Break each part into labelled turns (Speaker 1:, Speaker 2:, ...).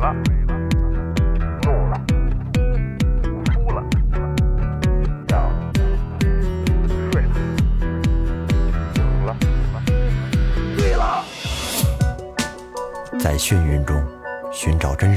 Speaker 1: 了，怒了，哭了，笑了，睡了，醒了，醉了。
Speaker 2: 在眩晕中寻找真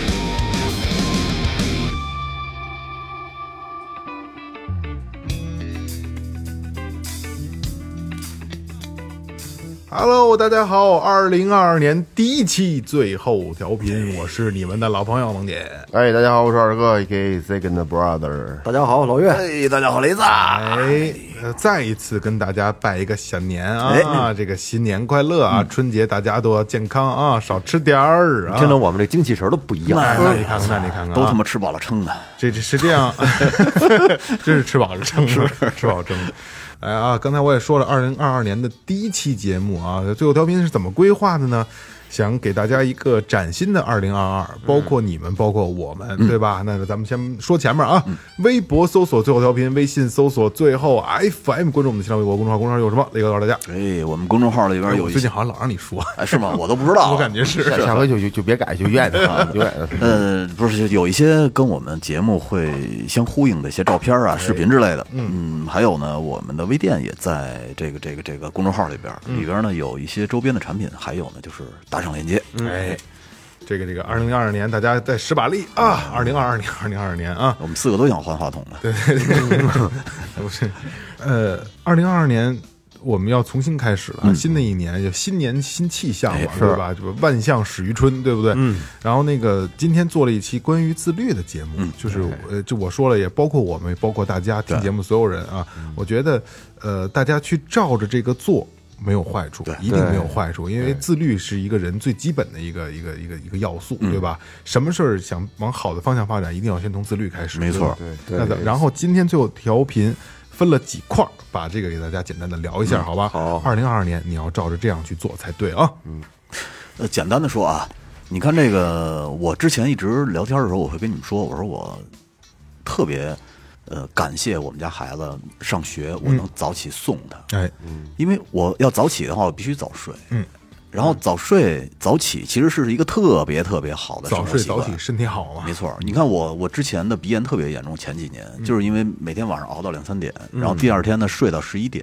Speaker 3: Hello，大家好，二零二二年第一期最后调频，我是你们的老朋友萌姐。
Speaker 4: 哎，大家好，我是二哥，A.K.A. Second Brother。
Speaker 5: 大家好，老岳。
Speaker 4: 哎，大家好，雷子。
Speaker 3: 哎，呃再一次跟大家拜一个小年
Speaker 5: 哎
Speaker 3: 啊，这个新年快乐
Speaker 5: 嗯
Speaker 3: 啊，春节大家都要健康啊，少吃点儿啊。
Speaker 2: 听着，我们这精气神儿都不一样。啊
Speaker 3: 哎，那你看看，那你看看啊，
Speaker 5: 都他妈吃饱了撑的，
Speaker 3: 这这是这样， 真是吃饱了撑的，吃饱了撑的。 哎啊，刚才我也说了，二零二二年的第一期节目啊，最后调频是怎么规划的呢？想给大家一个崭新的二零二二，包括你们，包括我们，对吧？那咱们先说前面啊，微博搜索最后调频，微信搜索最后 FM，关注我们的新浪微博公众号，公众号有什么？雷哥告诉大家。哦
Speaker 5: 哎，我们公众号里边有一
Speaker 3: 最
Speaker 5: 些
Speaker 3: 近，好像老让你说，
Speaker 5: 哎，是吗？我都不知道，
Speaker 3: 我感觉是
Speaker 4: 下下回就就就别改，就愿意他，就愿意他。
Speaker 5: 呃，不是，就有一些跟我们节目会相呼应的一些照片
Speaker 3: 哎
Speaker 5: 啊、视频之类的。嗯，还有呢，我们的微店也在这个这个这个公众号里边，
Speaker 3: 嗯
Speaker 5: 里边呢有一些周边的产品，还有呢就是打赏链接。
Speaker 3: 哎，这个这个，二零二二年大家再使把力啊！二零二二年，二零二二年啊，
Speaker 5: 我们四个都想换话筒的，对，
Speaker 3: 不是，呃，二零二二年我们要重新开始了，
Speaker 5: 嗯
Speaker 3: 新的一年有新年新气象
Speaker 5: 哎
Speaker 3: 嘛，对吧？就万象始于春，对不对？嗯。然后那个今天做了一期关于自律的节目，
Speaker 5: 嗯
Speaker 3: 就是呃，就我说了，也包括我们，也包括大家听节目所有人啊，
Speaker 5: 嗯
Speaker 3: 我觉得呃，大家去照着这个做。没有坏处，一定没有坏处，因为自律是一个人最基本的一个一个一个一个要素，
Speaker 5: 嗯
Speaker 3: 对吧？什么事儿想往好的方向发展，一定要先从自律开始，
Speaker 5: 没错
Speaker 3: 对吧那咱然后今天最后调频分了几块儿，把这个给大家简单的聊一
Speaker 5: 嗯
Speaker 3: 下，好吧？好。二零二二年你要照着这样去做才对啊。
Speaker 5: 呃，简单的说啊，你看这个，我之前一直聊天的时候，我会跟你们说，我说我特别呃感谢我们家孩子上学，
Speaker 3: 嗯
Speaker 5: 我能早起送他，
Speaker 3: 哎，
Speaker 5: 因为我要早起的话，我必须早睡，嗯，然后早睡早起其实是一个特别特别好的生
Speaker 3: 早
Speaker 5: 活
Speaker 3: 睡
Speaker 5: 习惯
Speaker 3: 早起，身体好嘛
Speaker 5: 没。错，你看我我之前的鼻炎特别严重，前几年、就是因为每天晚上熬到两三点，然后第二天呢睡到十一点，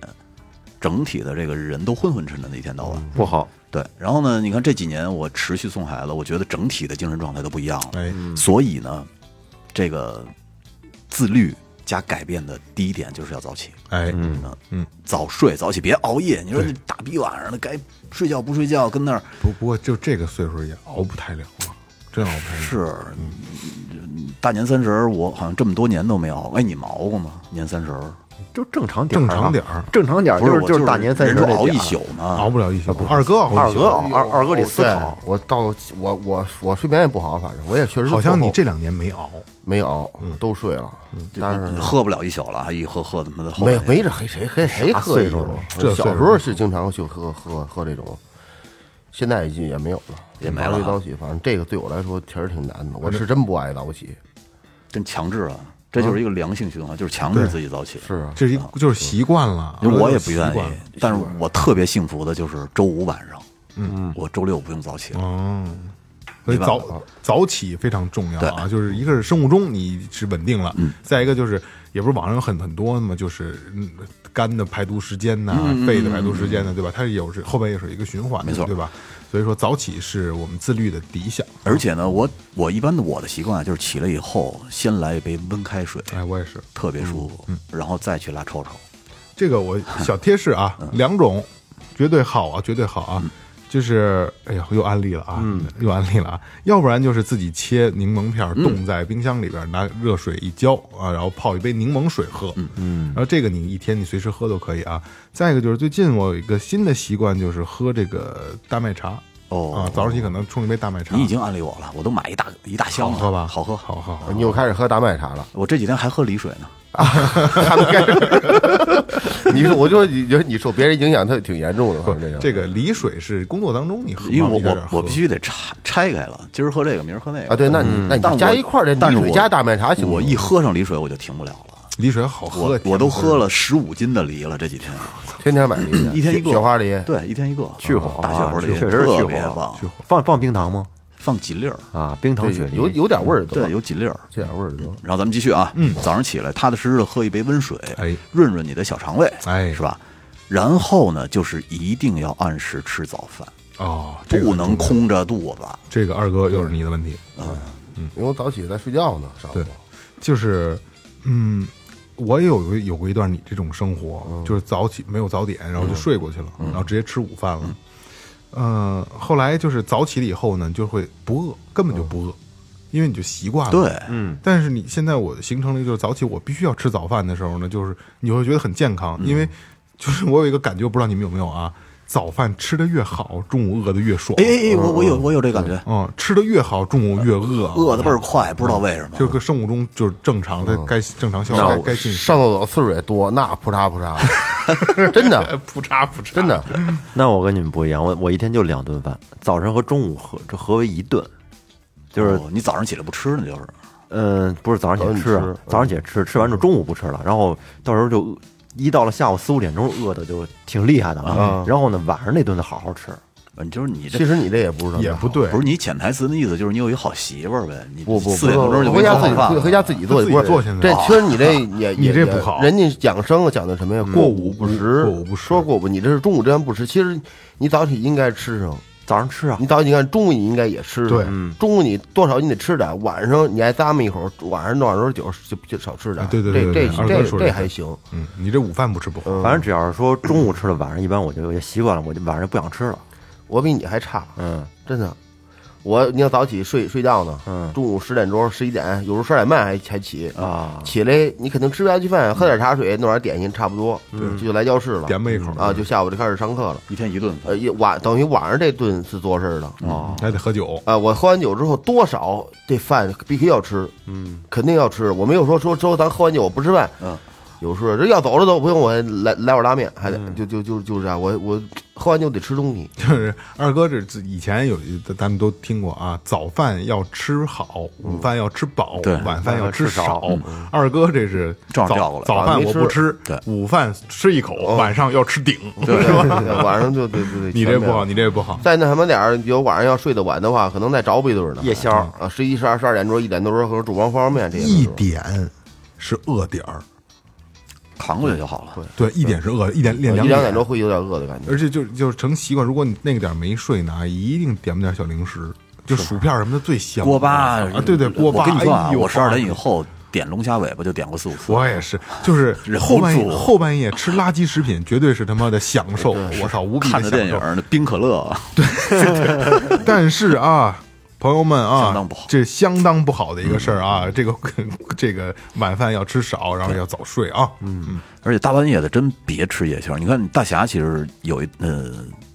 Speaker 5: 整体的这个人都昏昏沉沉的，一天到晚。
Speaker 4: 不好，
Speaker 5: 对，然后呢，你看这几年我持续送孩子，我觉得整体的精神状态都不一样了。
Speaker 3: 哎，
Speaker 5: 所以呢，这个自律加改变的第一点就是要早起。
Speaker 3: 哎，
Speaker 5: 嗯嗯，早睡早起，别熬夜。你说
Speaker 3: 对
Speaker 5: 那大逼晚上的该睡觉不睡觉，跟那儿
Speaker 3: 不不过就这个岁数也熬不太了了，真熬不太了。
Speaker 5: 是。嗯大年三十儿，我好像这么多年都没熬。哎，你们熬过吗？年三十儿
Speaker 4: 就正常点儿
Speaker 3: 正常点儿
Speaker 4: 啊正常点儿，
Speaker 5: 不
Speaker 4: 就是是
Speaker 5: 我
Speaker 4: 就是大年三十
Speaker 5: 人
Speaker 4: 那
Speaker 5: 说熬
Speaker 4: 点
Speaker 5: 一
Speaker 4: 儿
Speaker 5: 宿嘛，
Speaker 3: 熬不了一宿，二哥熬
Speaker 4: 二
Speaker 3: 一宿
Speaker 4: 哥熬，二二哥得思哦考。我到我我我睡眠也不好，反正我也确实
Speaker 3: 好像你
Speaker 4: 最 后
Speaker 3: 这两年没熬，
Speaker 4: 没熬，都睡了，但是
Speaker 5: 嗯喝不了一宿了，还一喝喝他妈的后
Speaker 4: 没
Speaker 5: 半夜
Speaker 4: 没这黑谁黑谁
Speaker 2: 啥
Speaker 4: 喝
Speaker 2: 岁
Speaker 4: 这
Speaker 2: 数
Speaker 4: 种
Speaker 2: 了，
Speaker 3: 这
Speaker 4: 我小
Speaker 3: 岁
Speaker 4: 时
Speaker 3: 数
Speaker 4: 候是经常去喝喝喝这种，现在已经也没有了，
Speaker 5: 也没
Speaker 4: 早
Speaker 5: 了
Speaker 4: 睡早起，反正这个对我来说确实挺难的，我是真不爱早起。
Speaker 5: 真强制啊！这就是一个良性循环，就是强制自己早起。
Speaker 4: 是啊，
Speaker 3: 这是一就是习惯了。
Speaker 5: 因为嗯我也不
Speaker 3: 习
Speaker 5: 愿意
Speaker 3: 惯了，
Speaker 5: 但是我特别幸福的就是周五晚上，嗯，我周六不用早起了，
Speaker 3: 嗯，所以
Speaker 5: 没办法
Speaker 3: 早早起非常重要啊，就是一个是生物钟你是稳定了，
Speaker 5: 嗯
Speaker 3: 再一个就是也不是网上有很很多嘛，就是嗯肝的排毒时间
Speaker 5: 嗯
Speaker 3: 呐、肺的排毒时间呐、对吧？它是有是后边也是有一个循环的，
Speaker 5: 没错
Speaker 3: 对吧？所以说早起是我们自律的第一项。
Speaker 5: 而且呢，我我一般的我的习惯啊就是起来以后先来一杯温开水，
Speaker 3: 哎，我也是
Speaker 5: 特别舒服，
Speaker 4: 嗯
Speaker 5: 然后再去拉臭
Speaker 4: 啊
Speaker 5: 臭。
Speaker 3: 这个我小贴士啊，
Speaker 5: 嗯
Speaker 3: 两种绝对好啊，绝对好啊。就是，哎呀，又安利了啊，
Speaker 5: 嗯
Speaker 3: 又安利了啊！要不然就是自己切柠檬片儿，冻在冰箱里边儿，拿热水一浇啊，然后泡一杯柠檬水喝。嗯，然后这个你一天你随时喝都可以啊。再一个就是最近我有一个新的习惯，就是喝这个大麦茶。啊
Speaker 5: 哦，，
Speaker 3: 早上起可能冲一杯大麦茶，
Speaker 5: 你已经安利我了，我都买一大一大箱
Speaker 3: 好
Speaker 5: 了，
Speaker 3: 喝吧？
Speaker 5: 好喝，
Speaker 3: 好喝，好喝。
Speaker 6: 你又开始喝大麦茶了。
Speaker 5: 我这几天还喝梨水呢。
Speaker 6: 他们开始， 你说我就说你就你受别人影响，他挺严重的。反正
Speaker 3: 这个梨水是工作当中你喝，
Speaker 5: 因为我
Speaker 3: 你在这儿
Speaker 5: 我
Speaker 3: 喝
Speaker 5: 我必须得拆拆开了，今儿喝这个，明儿喝那个嗯
Speaker 6: 啊，对，那你那
Speaker 5: 但
Speaker 6: 你
Speaker 5: 我
Speaker 6: 加一块儿，这
Speaker 5: 但
Speaker 6: 梨
Speaker 5: 是
Speaker 6: 水
Speaker 5: 我
Speaker 6: 加大麦茶行吗
Speaker 5: 我一喝上梨水我就停不了了，
Speaker 3: 梨水好喝，
Speaker 5: 我
Speaker 3: 挺
Speaker 5: 我都
Speaker 3: 的
Speaker 5: 喝了十五斤的梨了，这几天
Speaker 6: 天天买梨去，
Speaker 5: 一天一
Speaker 6: 雪
Speaker 5: 个
Speaker 6: 雪花梨，
Speaker 5: 对，一天一个，
Speaker 7: 去火
Speaker 5: 大雪花
Speaker 7: 啊
Speaker 5: 梨，
Speaker 7: 确实是去
Speaker 5: 特
Speaker 7: 火
Speaker 5: 别棒，
Speaker 7: 放放冰糖吗？
Speaker 5: 放几粒儿，
Speaker 7: 啊，冰糖
Speaker 6: 对
Speaker 7: 雪梨
Speaker 6: 有有点味儿都，
Speaker 5: 对，有几粒儿。
Speaker 6: 这点味儿都。
Speaker 5: 然后咱们继续啊，嗯，早上起来踏踏实实的喝一杯温水，
Speaker 3: 哎，
Speaker 5: 润润你的小肠胃，
Speaker 3: 哎
Speaker 5: 是吧？然后呢，就是一定要按时吃早饭，
Speaker 3: 哦，这个
Speaker 5: 不能空着肚子。
Speaker 7: 啊
Speaker 3: 这个二哥又是你的问题，
Speaker 6: 因为我早起在睡觉呢，上午
Speaker 3: 对就是嗯，我也有过有过一段你这种生活，
Speaker 5: 嗯
Speaker 3: 就是早起没有早点，然后就睡过去了，然后直接吃午饭了。嗯、后来就是早起了以后呢，就会不饿，根本就不饿，因为你就习惯了。
Speaker 5: 嗯对，
Speaker 3: 但是你现在我形成了一个就是早起我必须要吃早饭的时候呢，就是你会觉得很健
Speaker 5: 嗯
Speaker 3: 康，因为就是我有一个感觉，我不知道你们有没有啊，早饭吃的越好，中午饿的越爽。
Speaker 5: 哎哎哎，我我有我有这感觉，
Speaker 3: 嗯，吃的越好，中午越饿，
Speaker 5: 呃饿的倍儿快，不知道为什
Speaker 3: 就
Speaker 5: 么。
Speaker 3: 跟生物钟就是正常，它该正常消
Speaker 6: 那
Speaker 3: 化，
Speaker 6: 我
Speaker 3: 该进 食，
Speaker 6: 上厕所次数也多，那扑嚓扑嚓，真的
Speaker 3: 扑嚓扑嚓，
Speaker 6: 真的，
Speaker 7: 那我跟你们不一样，我我一天就两顿饭，早上和中午合这合为一顿，就是
Speaker 5: 哦你早上起来不吃呢，就是
Speaker 7: 嗯，不是早上起来吃
Speaker 6: 早上
Speaker 7: 啊
Speaker 6: 吃，
Speaker 7: 早上起来吃，吃完之后中午不吃了，然后到时候就饿一到了下午四五点钟饿的就挺厉害的啊。然后呢，晚上那顿得好好吃，
Speaker 5: 你嗯就是你这
Speaker 6: 其实你这也不是
Speaker 3: 也不对
Speaker 5: 不，是你潜台词的意思，就是你有一好媳妇儿呗？你
Speaker 6: 不不，
Speaker 5: 四点多钟就
Speaker 6: 回家自己
Speaker 5: 饭
Speaker 6: 回回
Speaker 5: 了。
Speaker 6: 家自己做，
Speaker 3: 自己
Speaker 6: 不是
Speaker 3: 做现在
Speaker 6: 这其实你这也
Speaker 3: 你
Speaker 6: 也
Speaker 3: 这
Speaker 6: 也
Speaker 3: 不好
Speaker 6: 人家养生啊讲的什么呀？过午不食，
Speaker 3: 过午不食
Speaker 6: 说过午不，你这是中午之前不吃，其实你早起应该吃上，
Speaker 7: 早上吃啊
Speaker 6: 你，早起看中午你应该也吃上，嗯
Speaker 3: 对嗯
Speaker 6: 中午你多少你得吃点，晚上你还咂摸一口，晚上弄点儿酒就就少吃点
Speaker 3: 啊，对对对对
Speaker 6: 这
Speaker 3: 对二哥
Speaker 6: 这这
Speaker 3: 说
Speaker 6: 这
Speaker 3: 的
Speaker 6: 还行，
Speaker 3: 嗯，你这午饭不吃不好，
Speaker 7: 反正只要是说中午吃了，晚上一般我就我也习惯了，我就晚上不想吃了。
Speaker 6: 我比你还差，
Speaker 7: 嗯，
Speaker 6: 真的。我你要早起睡睡觉呢，
Speaker 7: 嗯
Speaker 6: 中午十点钟十一点，有时候十二点半还还起
Speaker 7: 啊
Speaker 6: 起来你肯定吃不下去饭，喝点茶水，弄点点心，差不多，对，就来教室了，
Speaker 3: 嗯点吧一口
Speaker 6: 啊，就下午就开始上课了。
Speaker 5: 一天一顿 饭，
Speaker 6: 呃，也晚等于晚上这顿是做事儿了。
Speaker 7: 哦，
Speaker 3: 还得喝酒，
Speaker 6: 啊，我喝完酒之后，多少这饭必须要吃，嗯，肯定要吃。我没有说说说咱喝完酒我不吃饭，
Speaker 5: 嗯，
Speaker 6: 有时候这要走着走不用，我还来来碗拉面，还得就就就就是这样。我我喝完酒得吃东西，
Speaker 3: 就是二哥这这以前有一咱们都听过啊，早饭要吃好，午饭要吃饱，
Speaker 5: 对
Speaker 3: 晚饭要吃少
Speaker 7: 晚饭。
Speaker 3: 二哥这是
Speaker 5: 正好调
Speaker 3: 早
Speaker 5: 过来
Speaker 3: 早
Speaker 6: 啊
Speaker 3: 饭
Speaker 6: 没
Speaker 3: 我不吃
Speaker 5: 对，
Speaker 3: 午饭吃一口，晚上要吃顶。
Speaker 6: 对， 晚上就对对对，
Speaker 3: 你这不好，
Speaker 6: 全面。
Speaker 3: 你这不好，
Speaker 6: 再那什么点儿，有晚上要睡得晚的话，可能再着补一顿呢。
Speaker 7: 夜宵
Speaker 6: 啊，十一、十二、十二点钟、一点多钟，可能煮方方便面这些
Speaker 3: 一
Speaker 6: 都是。
Speaker 3: 点是饿点儿，
Speaker 5: 扛过去就好了。
Speaker 3: 对，一点是饿，一点练
Speaker 6: 一
Speaker 3: 两
Speaker 6: 两点钟会有点饿的感觉。
Speaker 3: 而且就就是成习惯，如果你那个点儿没睡呢，哎一定点不点小零食，就薯片什么的最香。
Speaker 5: 锅巴
Speaker 3: 啊，对对，锅巴。
Speaker 5: 我跟你说啊
Speaker 3: 哎，呦
Speaker 5: 我十二点以，后点龙虾尾巴就点过四五次。
Speaker 3: 我也是，就是
Speaker 5: 忍不
Speaker 3: 后半夜
Speaker 5: 住
Speaker 3: 后半夜吃垃圾食品，绝对是他妈的享受，我操，无比
Speaker 5: 看
Speaker 3: 的
Speaker 5: 着电
Speaker 3: 享
Speaker 5: 影
Speaker 3: 受。
Speaker 5: 儿那冰可乐，
Speaker 3: 但是啊，朋友们啊，
Speaker 5: 相当不好嗯
Speaker 3: 这相当不好的一个事儿啊， 这个这个晚饭要吃少，然后要早睡啊。嗯，
Speaker 5: 而且大半夜的真别吃夜宵。你看大侠其实有一呃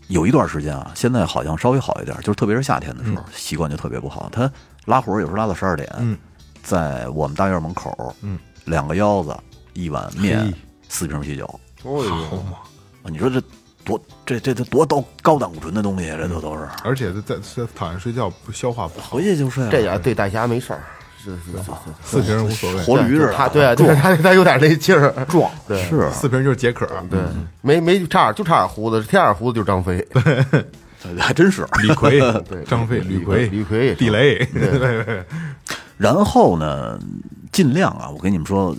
Speaker 5: 有一段时间啊，现在好像稍微好一点，就是特别是夏天的时候，习惯就特别不好。他拉活儿有时候拉到十二点，
Speaker 3: 嗯
Speaker 5: 在我们大院门口，
Speaker 3: 嗯，
Speaker 5: 两个腰子，一碗面
Speaker 3: 嘿，
Speaker 5: 四瓶啤酒。
Speaker 3: 好嘛。
Speaker 5: 啊你说这多这这这多高高胆固醇的东西，
Speaker 3: 嗯
Speaker 5: 这都都是
Speaker 3: 而且在在躺下睡觉不消化不好
Speaker 5: 回，去就睡了。
Speaker 6: 这点儿对大侠没事儿，是是是是。
Speaker 3: 四瓶无所谓，
Speaker 5: 活驴似
Speaker 6: 他
Speaker 5: 的，
Speaker 6: 对啊，就是他他有点那劲儿，壮，对，
Speaker 5: 是啊
Speaker 3: 四瓶就是解渴。啊对，
Speaker 6: 没没差点就差点胡子，差点胡子就是 张飞，
Speaker 5: 还真是。
Speaker 3: 李 逵
Speaker 6: 对、
Speaker 3: 张飞、
Speaker 6: 李
Speaker 3: 吕逵、
Speaker 6: 李逵也是
Speaker 3: 地雷，对
Speaker 5: 然后呢，尽量啊，我跟你们说，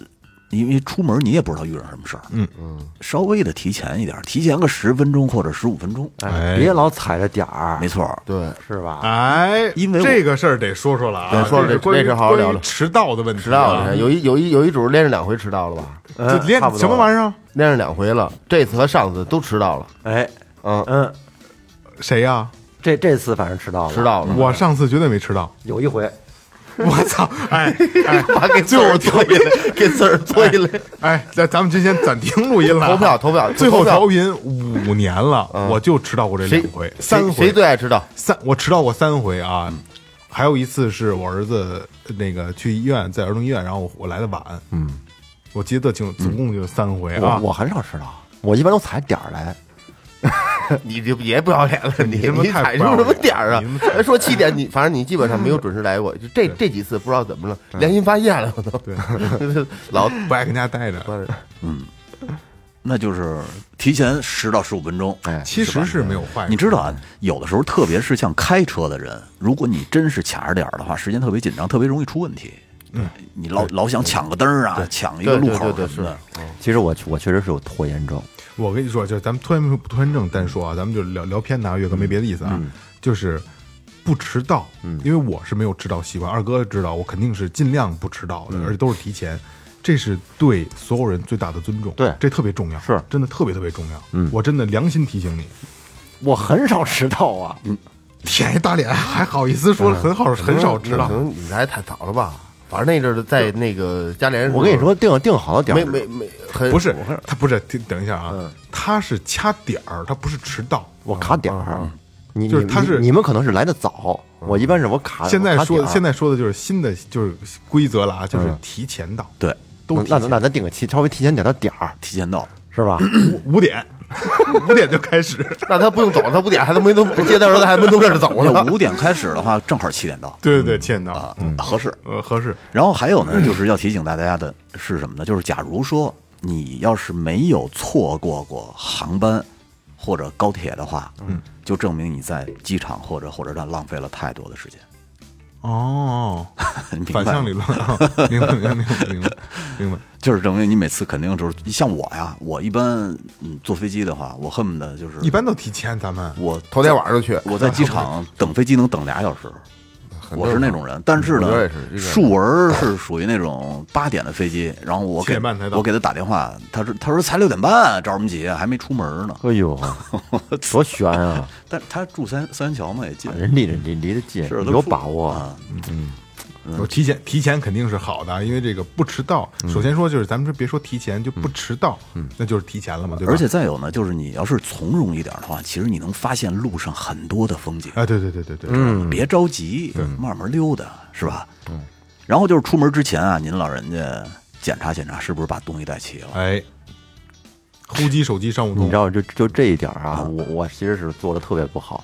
Speaker 5: 因为出门你也不知道遇上什么事儿，嗯嗯，稍微的提前一点，提前个十分钟或者十五分钟，
Speaker 3: 哎
Speaker 7: 哎，别老踩着点儿
Speaker 5: 没，错儿。
Speaker 6: 对，
Speaker 7: 是吧？
Speaker 3: 哎，
Speaker 5: 因为我
Speaker 3: 这个事儿得说说了啊，
Speaker 6: 对说说
Speaker 3: 这个关于
Speaker 6: 这这事儿好好聊聊
Speaker 3: 关于迟到的问题啊，
Speaker 6: 迟到了，有一有一有一主连着两回迟到了吧？
Speaker 3: 这连
Speaker 7: 哎嗯差不多
Speaker 3: 什么玩意儿？啊
Speaker 6: 连着两回了，这次和上次都迟到了，
Speaker 7: 哎，
Speaker 6: 嗯，
Speaker 7: 嗯，
Speaker 3: 谁呀？
Speaker 7: 这这次反正迟到了，
Speaker 6: 迟到了，
Speaker 3: 嗯我上次绝对没迟到，
Speaker 7: 有一回，
Speaker 3: 我操！哎哎，
Speaker 4: 把 给
Speaker 3: 最后
Speaker 4: 做一 类，给字儿做一类。
Speaker 3: 哎，咱咱们之前暂停录音了啊，
Speaker 4: 投票投票
Speaker 3: 最后
Speaker 4: 投票
Speaker 3: 调频五年了，我就迟到过哎这两
Speaker 4: 谁
Speaker 3: 回，三
Speaker 4: 谁
Speaker 3: 回
Speaker 4: 谁最爱迟到？
Speaker 3: 三，我迟到过三回啊。还有一次是我儿子呃那个去医院，在儿童医院，然后我我来的晚，嗯，我记得就总共就三回啊
Speaker 7: 我。我很少迟到，我一般都踩点儿来。
Speaker 4: 你就别不要脸了，你
Speaker 3: 你他妈
Speaker 4: 你
Speaker 3: 太
Speaker 4: 踩
Speaker 3: 不
Speaker 4: 出
Speaker 3: 要
Speaker 4: 什
Speaker 3: 脸
Speaker 4: 么点儿啊
Speaker 3: 你们？
Speaker 4: 说七点，你反正你基本上
Speaker 3: 嗯
Speaker 4: 没有准时来过，就这这几次不知道怎么了，良心发现了我都。
Speaker 3: 对，
Speaker 4: 老
Speaker 3: 不爱跟家待着，
Speaker 5: 那就是提前十到十五分钟。哎
Speaker 3: 其实是没有坏处。
Speaker 5: 你知道啊，有的时候特别是像开车的人，如果你真是卡着点儿的话，时间特别紧张，特别容易出问题。嗯，你老老想抢个灯儿啊，抢一个路
Speaker 4: 对
Speaker 5: 口
Speaker 4: 对对
Speaker 5: 什么的。
Speaker 7: 其实我我确实是有拖延症，
Speaker 3: 我跟你说，就是咱们拖延拖延症单说啊，咱们就聊聊偏的啊，岳哥没别的意思啊，就是不迟到，因为我是没有迟到习惯，二哥知道，我肯定是尽量不迟到的，而且都是提前。这是对所有人最大的尊重，
Speaker 7: 对
Speaker 3: 这特别重要，
Speaker 7: 是
Speaker 3: 真的特别特别重要。嗯，我真的良心提醒你，
Speaker 7: 我很少迟到啊。
Speaker 3: 舔一大脸还好意思说很好，很少迟到
Speaker 4: 可，能你来太早了吧？反正那阵儿在那个家里人，
Speaker 7: 我跟你说，，定定好了点儿，
Speaker 4: 没没没，很
Speaker 3: 不是他不是，听等一下啊，他是掐点儿，他不是迟到。
Speaker 7: 我卡点儿。你
Speaker 3: 就是他是
Speaker 7: 你你们可能是来的早，我一般是我卡。
Speaker 3: 现在说现
Speaker 7: 在
Speaker 3: 在说的就是新的就是规则了啊，就是提前到，
Speaker 5: 对，
Speaker 3: 都提
Speaker 7: 那
Speaker 3: 前
Speaker 7: 那咱定个期，稍微提前点到点儿，
Speaker 5: 提前到。
Speaker 7: 是吧？
Speaker 3: 五点，五点就开始。
Speaker 4: 那他不用走，他五点还能没从接待时候他还没从这儿走
Speaker 5: 要
Speaker 4: 呢。
Speaker 5: 五点开始的话，正好七点到
Speaker 3: 对对对，欠到
Speaker 5: 啊，，合适。
Speaker 3: 呃，合适。
Speaker 5: 然后还 有呢，就是要提醒大家的是什么呢？就是假如说你要是没有错过过航班或者高铁的话，嗯，就证明你在机场或者火车站浪费了太多的时间。
Speaker 3: 哦，
Speaker 5: 你明白
Speaker 3: 反
Speaker 5: 吗
Speaker 3: 向理论啊，明白明白明白明白明白。
Speaker 5: 就是证明你每次肯定就是像我呀，我一般嗯坐飞机的话，我恨不得就是
Speaker 3: 一般都提前，咱们
Speaker 5: 我
Speaker 4: 头天晚上就去，
Speaker 5: 我在机场等飞机能等俩小时，我是那种人。但是
Speaker 4: 我觉得也是一个，
Speaker 5: 呢
Speaker 4: 人
Speaker 5: 树文儿是属于那种八点的飞机，然后我
Speaker 3: 七
Speaker 5: 给
Speaker 3: 点半才到
Speaker 5: 我给他打电话，他说他说才六点半，着什么急啊？还没出门呢。
Speaker 7: 哎呦，多悬啊！
Speaker 5: 但是他住三三元桥嘛，也近，
Speaker 7: 人离着离离得近
Speaker 5: 是，
Speaker 7: 有把握。
Speaker 5: 啊。
Speaker 3: 我提前提前肯定是好的，因为这个不迟到。首先说就是咱们说别说提前，就不迟到，那就是提前了嘛，对吧？
Speaker 5: 而且再有呢，就是你要是从容一点的话，其实你能发现路上很多的风景。
Speaker 3: 啊，对对对对对，嗯，
Speaker 5: 别着急，慢慢溜达，是吧？嗯。然后就是出门之前啊，您老人家检查检查是不是把东西带齐了。
Speaker 3: 哎，呼机手机商务
Speaker 7: 你
Speaker 3: 通
Speaker 7: 知，道，就就这一点儿嗯啊，嗯我我其实是做的特别不好。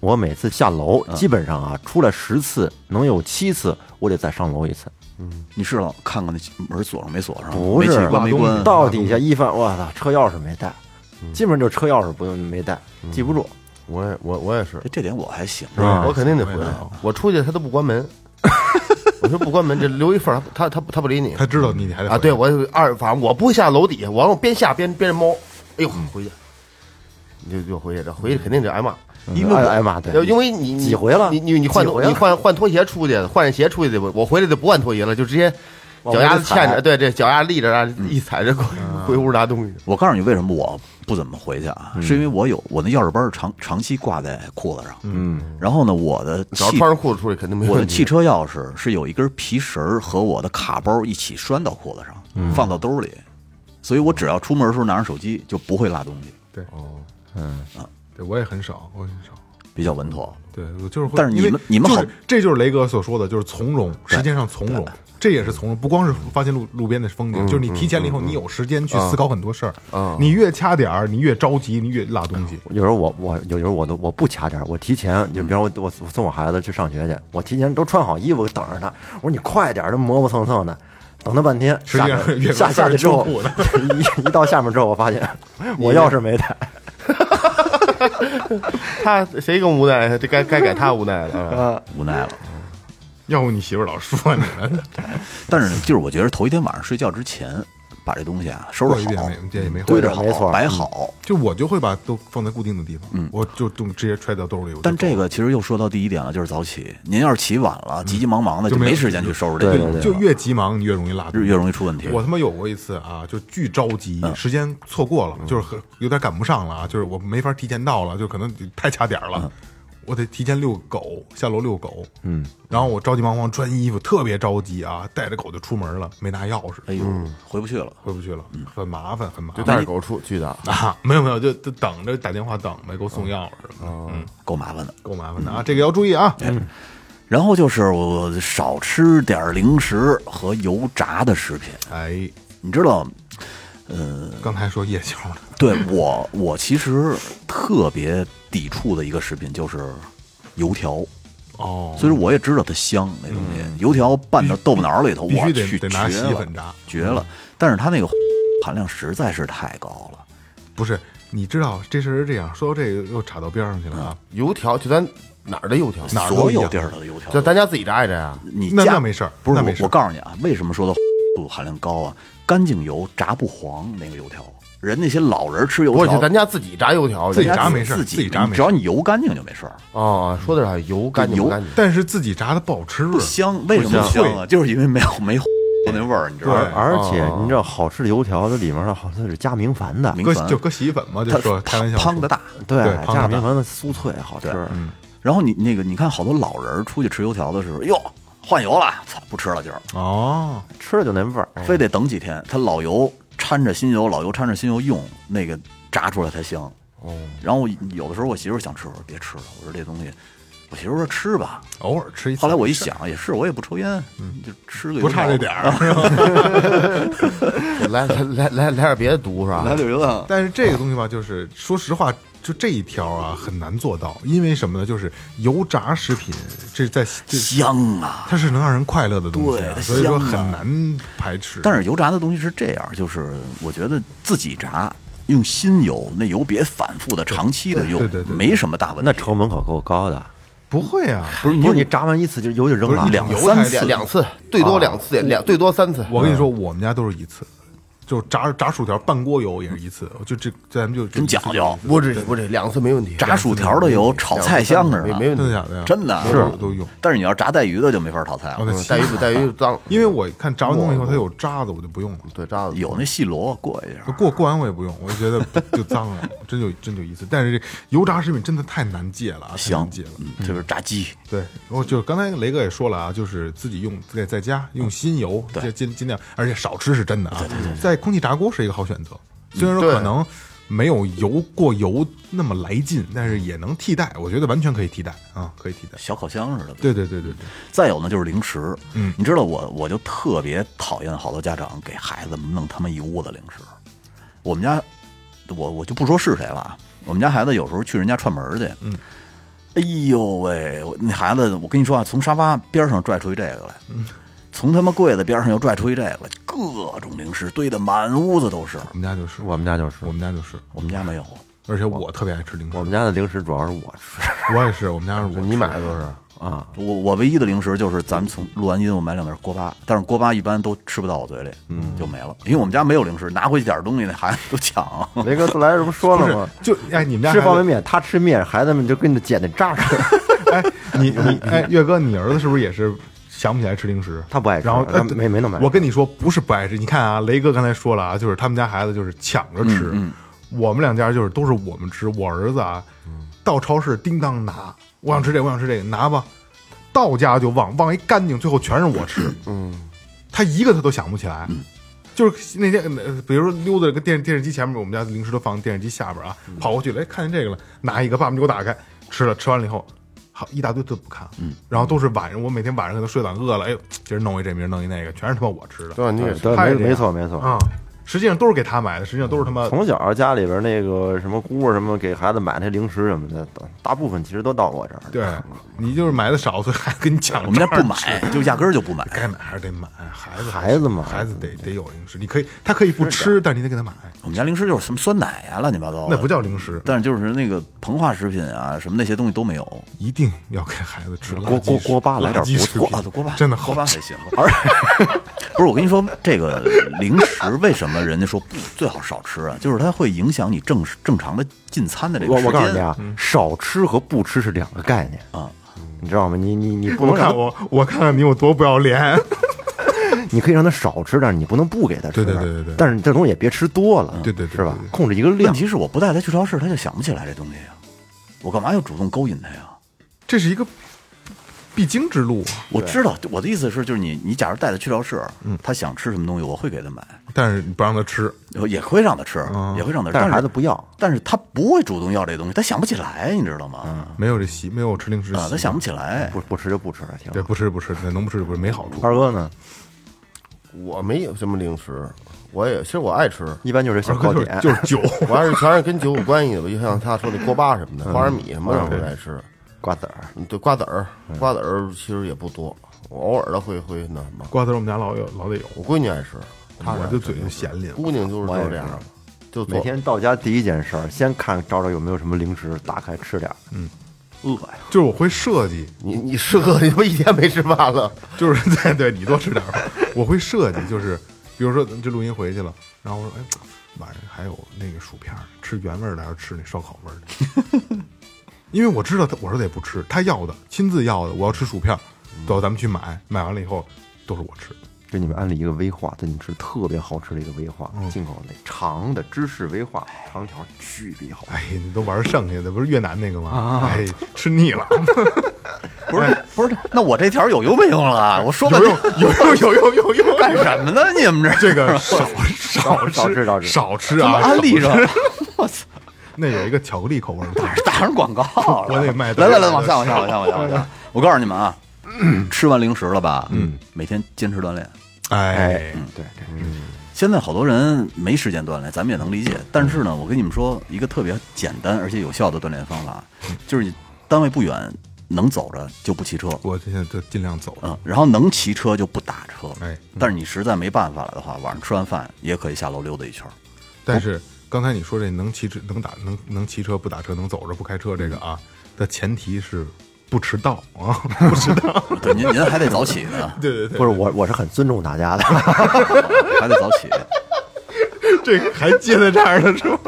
Speaker 7: 我每次下楼，基本上啊，出来十次能有七次，我得再上楼一次。
Speaker 5: 你是老看看那门锁上没锁上，
Speaker 7: 不
Speaker 5: 没
Speaker 7: 是啊
Speaker 5: 起关
Speaker 3: 挂
Speaker 5: 没
Speaker 3: 东
Speaker 5: 关
Speaker 3: 西。
Speaker 7: 到底下一翻，我操，车钥匙没带，基本上就是车钥匙不用没带，记不住。
Speaker 4: 我也我我也是
Speaker 5: 这，这点我还行，
Speaker 4: 我肯定得回
Speaker 3: 哎我也
Speaker 4: 来
Speaker 3: 好。
Speaker 4: 我出去他都不关门，我说不关门，这留一缝儿，他他他他不理你
Speaker 3: 他知道你还得
Speaker 4: 啊。
Speaker 3: 回
Speaker 4: 对我二，反正我不会下楼底下，完我边下边边猫，哎呦
Speaker 3: 嗯
Speaker 4: 回去，你就就回去，这回去肯定得挨骂。
Speaker 3: 嗯
Speaker 7: 因为哎妈，
Speaker 4: 要
Speaker 7: 对，
Speaker 4: 因为你你
Speaker 7: 几回了
Speaker 4: 你你你换
Speaker 7: 几回了
Speaker 4: 你换换拖鞋出去，换上鞋出去的，我我回来就不换拖鞋了，就直接
Speaker 7: 往
Speaker 4: 脚丫子
Speaker 7: 回踩
Speaker 4: 嵌着，对，这脚丫立着啊，一踩着过去
Speaker 3: 嗯
Speaker 4: 回屋拿东西。
Speaker 5: 我告诉你为什么我不怎么回去啊？是因为我有我那钥匙包是长长期挂在裤子上，嗯，然后呢，我的
Speaker 4: 只要
Speaker 5: 汽
Speaker 4: 穿上裤子出去，肯定没
Speaker 5: 我的
Speaker 4: 问题。
Speaker 5: 汽车钥匙是有一根皮绳儿和我的卡包一起拴到裤子上，放到兜里，所以我只要出门的时候拿上手机就不会落东西，
Speaker 3: 对，哦，嗯，对我也很少，我也很少。
Speaker 5: 比较稳妥。
Speaker 3: 对，我就是会。
Speaker 5: 但是你
Speaker 3: 因为
Speaker 5: 们你们
Speaker 3: 就是
Speaker 5: 好
Speaker 3: 这就是雷哥所说的，就是从容，时间上从容，这也是从容。不光是发现路路边的风景，就是你提前了以后，你有时间去思考很多事儿。你越掐点儿，你越着急，你越落东西。
Speaker 7: 有时候我我有时候我都我不卡点儿，我提前，就比方我我我送我孩子去上学去，我提前都穿好衣服等着他，我说你快点儿，这磨磨蹭蹭的。等他半天，
Speaker 3: 实际
Speaker 7: 下
Speaker 3: 上
Speaker 7: 去
Speaker 3: 越
Speaker 7: 下下去之后，
Speaker 3: 越越
Speaker 7: 一一到下面之后，我发现我钥匙没带，
Speaker 4: 他谁更无奈？这该该改他无
Speaker 6: 嗯
Speaker 4: 奈了。啊
Speaker 5: 无奈了。
Speaker 3: 要不你媳妇儿老说你们，
Speaker 5: 但是就是我觉得头一天晚上睡觉之前，把这东西啊收
Speaker 3: 过
Speaker 5: 拾
Speaker 3: 一遍
Speaker 5: 好，
Speaker 3: 没这也没
Speaker 5: 堆
Speaker 3: 会。
Speaker 5: 着
Speaker 7: 没错
Speaker 5: 好，摆好。
Speaker 3: 就我就会把都放在固定的地方，我就就直接揣到兜里。我就
Speaker 5: 嗯但
Speaker 3: 走
Speaker 5: 这个其实又说到第一点了，就是早起。您要是起晚了，
Speaker 3: 嗯
Speaker 5: 急急忙忙的，就没时间去收拾这
Speaker 7: 对
Speaker 5: 个
Speaker 7: 对，
Speaker 3: 就越急忙你越容易落东西，
Speaker 5: 越容易出问题。
Speaker 3: 我他妈有过一次啊，就巨着急，
Speaker 5: 嗯
Speaker 3: 时间
Speaker 5: 嗯
Speaker 3: 错过了，就是很有点赶不上了啊，就是我没法提前到了，就可能太掐点儿了。我得提前遛狗，下楼遛狗。嗯，然后我着急忙慌穿衣服，特别着急啊，带着狗就出门了，没拿钥匙，
Speaker 5: 哎呦，嗯回不去了。
Speaker 3: 回不去了，很麻烦，很麻
Speaker 6: 就
Speaker 3: 烦。
Speaker 6: 带着狗出去的。
Speaker 3: 啊， 没有没有，就就等着打电话等呗，给我送钥匙什么
Speaker 5: 哦
Speaker 3: 的，嗯，
Speaker 5: 够麻烦的。
Speaker 3: 够麻烦的啊，这个要注意啊。
Speaker 5: 哎然后就是我少吃点儿零食和油炸的食品，
Speaker 3: 哎，
Speaker 5: 你 知道，
Speaker 3: 刚才说夜宵呢，
Speaker 5: 对我我其实特别抵触的一个食品就是油条，
Speaker 3: 哦，嗯
Speaker 5: 所以说我也知道它香那东西，油条拌到豆腐脑里头，
Speaker 3: 必须
Speaker 5: 我
Speaker 3: 得
Speaker 5: 去
Speaker 3: 得
Speaker 5: 绝
Speaker 3: 拿洗衣
Speaker 5: 了
Speaker 3: 粉，炸，
Speaker 5: 绝了！但是它那个 含量实在是太高了。
Speaker 3: 不是，你知道这事儿是这样，说到这个又岔到边上去了
Speaker 5: 嗯
Speaker 3: 啊。
Speaker 6: 油条就咱哪儿的油条？
Speaker 3: 哪儿都
Speaker 5: 所
Speaker 3: 一
Speaker 5: 有
Speaker 3: 样
Speaker 5: 地儿的油条
Speaker 6: 就，咱家自己炸一炸呀。
Speaker 5: 你
Speaker 3: 那
Speaker 5: 家
Speaker 3: 那没事儿
Speaker 5: 不是
Speaker 3: 那没
Speaker 5: 我
Speaker 3: 事儿
Speaker 5: 我告诉你啊，为什么说它度含量高啊？干净油炸不黄那个油条，人那些老人吃油
Speaker 6: 我去
Speaker 5: 条，
Speaker 6: 咱家自己炸油条去，
Speaker 3: 自己
Speaker 5: 人家
Speaker 3: 炸没事儿
Speaker 5: 自
Speaker 3: 自己炸没事儿
Speaker 5: 只要你油干净就没事儿。
Speaker 6: 哦，说的是还油干净
Speaker 5: 油
Speaker 6: 不干净？
Speaker 3: 但是自己炸的不好吃，
Speaker 5: 不香，为什么不香啊？就是因为没有没有那味儿，你知道
Speaker 3: 对哦
Speaker 5: 吗？
Speaker 7: 而且你知道，好吃的油条它里面好像是加明矾的，
Speaker 5: 明
Speaker 3: 搁
Speaker 5: 矾
Speaker 3: 就搁洗衣粉嘛，就
Speaker 5: 它
Speaker 3: 说开玩笑说，
Speaker 5: 汤的大。
Speaker 7: 对
Speaker 3: 对，
Speaker 7: 加上
Speaker 3: 胖的嗯
Speaker 7: 明矾的酥脆好吃。
Speaker 5: 然后你那个，你看好多老人儿出去吃油条的时候，哟，换油了，操，不吃了今儿，
Speaker 3: 哦，
Speaker 7: 吃了就那味儿。
Speaker 5: 非得等几天。他老油掺着新油，老油掺着新油用，那个炸出来才香。哦。然后我有的时候我媳妇儿想吃，我说别吃了，我说这东西，我媳妇儿说吃吧。
Speaker 3: 偶尔吃一次。嗯
Speaker 5: 后来我一想，也是，我也不抽烟，就吃个油
Speaker 3: 不差
Speaker 5: 条
Speaker 3: 这点，儿，
Speaker 6: 来来来来来点别的毒是
Speaker 5: 来
Speaker 3: 啊
Speaker 6: 吧？
Speaker 5: 点油条。
Speaker 3: 但是这个东西吧，就是说实话，就这一条啊很难做到，因为什么呢？就是油炸食品，这在这
Speaker 5: 香啊！
Speaker 3: 它是能让人快乐的东西啊，
Speaker 5: 对
Speaker 3: 所以说很
Speaker 5: 香啊
Speaker 3: 难排斥。
Speaker 5: 但是油炸的东西是这样，就是我觉得自己炸，用新油，那油别反复的、长期的用，
Speaker 3: 对对对对
Speaker 5: 没什么大问题。
Speaker 7: 那成本可够高的，
Speaker 3: 不会啊，
Speaker 7: 不是不是你炸完一次就油就扔了，
Speaker 5: 两
Speaker 3: 油
Speaker 5: 三
Speaker 3: 还
Speaker 5: 次
Speaker 6: 两两次，最多两
Speaker 5: 啊
Speaker 6: 次，两最多三次。啊
Speaker 3: 我跟你说，我们家都是一次，就炸炸薯条半锅油也是一次，就这咱们就
Speaker 5: 真讲究，
Speaker 6: 不止不止两次没问题，
Speaker 5: 炸薯条的油炒菜香着
Speaker 6: 没
Speaker 5: 呢，
Speaker 6: 没问
Speaker 3: 真的
Speaker 6: 题。
Speaker 3: 假的呀？
Speaker 5: 真的
Speaker 3: 是都用。
Speaker 5: 但是你要炸带鱼的就没法炒菜
Speaker 3: 我
Speaker 5: 了，嗯
Speaker 3: 在
Speaker 6: 带鱼不带鱼脏，
Speaker 3: 因为我看炸完东西以后它有渣子，我就不用了。
Speaker 6: 对渣子
Speaker 5: 有那细螺过一下。
Speaker 3: 过过完我也不用，我就觉得就脏了，真就真就一次。但是这油炸食品真的太难戒了啊，太
Speaker 5: 香
Speaker 3: 难戒了。，
Speaker 5: 嗯，就是炸鸡，
Speaker 3: 对，我就刚才雷哥也说了啊，就是自己用在在家用新油，
Speaker 5: 对
Speaker 3: 这尽尽量，而且少吃是真的啊。在空气炸锅是一个好选择，虽然说可能没有油过油那么来劲，但是也能替代，我觉得完全可以替代啊，可以替代。
Speaker 5: 小烤箱似的。
Speaker 3: 对对对对对，
Speaker 5: 再有呢就是零食，
Speaker 3: 嗯
Speaker 5: 你知道我我就特别讨厌好多家长给孩子弄他妈一屋子零食。我们家我我就不说是谁了，啊，我们家孩子有时候去人家串门儿去，嗯，哎呦喂，我那孩子我跟你说啊，从沙发边上拽出一这个来，嗯，从他妈柜子边上又拽出一这个来，各种零食堆得满屋子都是。
Speaker 3: 我们家就是，
Speaker 7: 我们家就是
Speaker 3: 我，们家就是，
Speaker 5: 我们家没有，
Speaker 3: 而且我特别爱吃零食
Speaker 7: 我，们家的零食主要是我吃
Speaker 3: 我也是，我们家是我
Speaker 6: 你
Speaker 3: 吃
Speaker 6: 买的都是
Speaker 7: 啊，
Speaker 5: 我我唯一的零食就是咱们从录完音我买两袋锅巴，但是锅巴一般都吃不到我嘴里，嗯，就没了，因为我们家没有零食，拿回去点东西那孩子都抢。
Speaker 7: 雷哥自来这不说
Speaker 3: 不
Speaker 7: 了
Speaker 3: 是
Speaker 7: 吗？
Speaker 3: 就哎你们家
Speaker 7: 吃
Speaker 3: 孩子
Speaker 7: 方便面，他吃面，孩子们就跟着捡那 渣吃。
Speaker 3: 哎，你你哎，岳哥，你儿子是不是也是想不起来吃零食？
Speaker 7: 他不爱吃
Speaker 3: 然后
Speaker 7: 他
Speaker 3: 哎
Speaker 7: 没没那么爱吃
Speaker 3: 我跟你说，不是不爱吃。你看啊，雷哥刚才说了啊，就是他们家孩子就是抢着吃，我们两家就是都是我们吃。我儿子啊，
Speaker 7: 嗯
Speaker 3: 到超市叮当拿，我想吃这个，我想吃这个，拿吧。到家就忘，忘一干净，最后全是我吃。嗯，他一个他都想不起来。就是那天，呃比如说溜达个电电视机前面，我们家零食都放电视机下边啊，跑过去了，哎，看见这个了，拿一个，爸爸就给我打开，吃了，吃完了以后，好一大堆都不看，嗯，然后都是晚上，我每天晚上可能睡懒饿了，哎呦，今儿弄一这，明儿弄一那个，全是他妈我吃的
Speaker 6: 对，你
Speaker 5: 啊
Speaker 6: 也
Speaker 7: 对，
Speaker 3: 太
Speaker 7: 没
Speaker 3: 这样
Speaker 7: 没错没错。
Speaker 3: 啊，实际上都是给他买的，实际上都是他妈
Speaker 7: 从小家里边那个什么姑姑什么给孩子买那零食什么的，大大部分其实都到我这儿。
Speaker 3: 对，你就是买的少，所以还跟你抢。
Speaker 5: 我们家不，买，就压根儿就不买。
Speaker 3: 该买还是得买，孩子
Speaker 7: 孩子嘛
Speaker 3: 孩子得得有零食，你可以，他可以不吃，但是你得给他买，
Speaker 5: 我们家零食就是什么酸奶呀、乱七八糟的，
Speaker 3: 那不叫零食，
Speaker 5: 但是就是那个膨化食品啊，什么那些东西都没有。
Speaker 3: 一定要给孩子吃
Speaker 7: 锅锅锅巴来点
Speaker 3: 不
Speaker 7: 不
Speaker 5: 锅啊，锅巴
Speaker 3: 真的
Speaker 5: 锅
Speaker 3: 好
Speaker 5: 巴
Speaker 3: 吃
Speaker 5: 还行。而 不是我跟你说，这个零食为什么人家说不最好少吃啊？就是它会影响你正正常的进餐的这个
Speaker 7: 我
Speaker 5: 时
Speaker 7: 我告诉你
Speaker 5: 间。
Speaker 7: 啊，少吃和不吃是两个概念
Speaker 5: 啊，
Speaker 7: 你知道吗？你你你不
Speaker 3: 我
Speaker 7: 能让
Speaker 3: 看我，我看看你有多不要脸。
Speaker 7: 你可以让他少吃，但是你不能不给他吃。啊
Speaker 3: 对对对对对
Speaker 7: 但是这东西也别吃多了，
Speaker 3: 对对对对
Speaker 7: 是吧
Speaker 3: 对对？
Speaker 7: 控制一个
Speaker 5: 问
Speaker 7: 量。
Speaker 5: 题是我不带他去超市，他就想不起来这东西啊。我干嘛要主动勾引他呀？
Speaker 3: 这是一个必经之路啊，
Speaker 5: 我知道我的意思是，就是你你假如带他去超市，
Speaker 7: 嗯
Speaker 5: 他想吃什么东西，我会给他买，
Speaker 3: 但是你不让他吃，
Speaker 5: 也会让他吃，也会让他吃。
Speaker 7: 嗯但
Speaker 5: 但
Speaker 7: 是
Speaker 5: 是
Speaker 7: 孩子不要，
Speaker 5: 但是他不会主动要这东西，他想不起来，你知道吗？
Speaker 3: 没有这习，没有吃零食习
Speaker 5: 啊，他想不起来。
Speaker 7: 嗯不不吃就不吃，行。
Speaker 3: 对，不吃不吃，能不吃就不吃，没好处。
Speaker 7: 二哥呢，
Speaker 6: 我没有什么零食，我也其实我爱吃，
Speaker 7: 一般就是小
Speaker 3: 二哥
Speaker 7: 糕
Speaker 3: 就是
Speaker 7: 点，
Speaker 3: 就是 酒，
Speaker 6: 我还是全是跟酒有关系的，我就像他说的锅巴什么的，花生米什么的我都爱吃。嗯
Speaker 7: 瓜子儿。
Speaker 6: 对瓜子儿，瓜子儿其实也不多，我偶尔的会会那什么。
Speaker 3: 瓜子儿我们家老有老得有，
Speaker 6: 我闺女爱吃，她
Speaker 3: 我
Speaker 6: 是
Speaker 3: 就嘴就闲拎。
Speaker 6: 姑娘就是就是这样，就做
Speaker 7: 每天到家第一件事儿，先看找找有没有什么零食，打开吃点儿。
Speaker 3: 嗯就是我会设计，
Speaker 6: 你你吃个你不一天没吃饭了，
Speaker 3: 就是对对，你多吃点儿。我会设计，就是比如说这录音回去了，然后我说，哎，晚上还有那个薯片儿，吃原味儿的还是吃那烧烤味儿的？ 因为我知道他，我说他也不吃，他要的，亲自要的，我要吃薯片儿，走，咱们去买，买完了以后都是我吃。
Speaker 7: 给你们安利一个威化，对你们吃特别好吃的一个威化，
Speaker 3: 嗯
Speaker 7: 进口那长的芝士威化，长条巨别好。
Speaker 3: 哎，你都玩剩下的，不是越南那个吗？哎，吃腻了，
Speaker 5: 不
Speaker 7: 哎
Speaker 5: 是不是，那我这条有用没用了？啊我说半天
Speaker 3: 有用有用有用，
Speaker 5: 干什么呢？你们这
Speaker 3: 这个少少
Speaker 7: 少
Speaker 3: 吃
Speaker 7: 吃少吃
Speaker 3: 少吃
Speaker 5: 怎么
Speaker 3: 啊！
Speaker 5: 安利
Speaker 3: 少
Speaker 5: 上
Speaker 3: 吃
Speaker 5: 了？ 我操！
Speaker 3: 那有一个巧克力口味的，
Speaker 5: 打上广告了，
Speaker 3: 我得卖
Speaker 5: 来来来，往下往下往下往下往
Speaker 3: 嗯
Speaker 5: 下。我告诉你 们啊，吃完零食了吧？嗯，每天坚持锻炼。
Speaker 3: 哎，
Speaker 7: 对，
Speaker 5: 现在好多人没时间锻炼，咱们也能理解。
Speaker 3: 嗯
Speaker 5: 但是呢，我跟你们说一个特别简单而且有效的锻炼方法，
Speaker 3: 嗯
Speaker 5: 就是你单位不远能走着就不骑车，
Speaker 3: 我现在就尽量走了。
Speaker 5: 嗯，然后能骑车就不打车。
Speaker 3: 哎，
Speaker 5: 但是你实在没办法了的话，晚上吃完饭也可以下楼溜达一圈儿。
Speaker 3: 但是刚才你说这能骑车能打能能骑车不打车能走着不开车这个啊的前提是不迟到啊，不迟到。
Speaker 5: 对，您您还得早起呢，
Speaker 3: 对对对，
Speaker 7: 不是我，我是很尊重大家的。
Speaker 5: 还得早起。
Speaker 3: 这个还接在这儿呢是吧？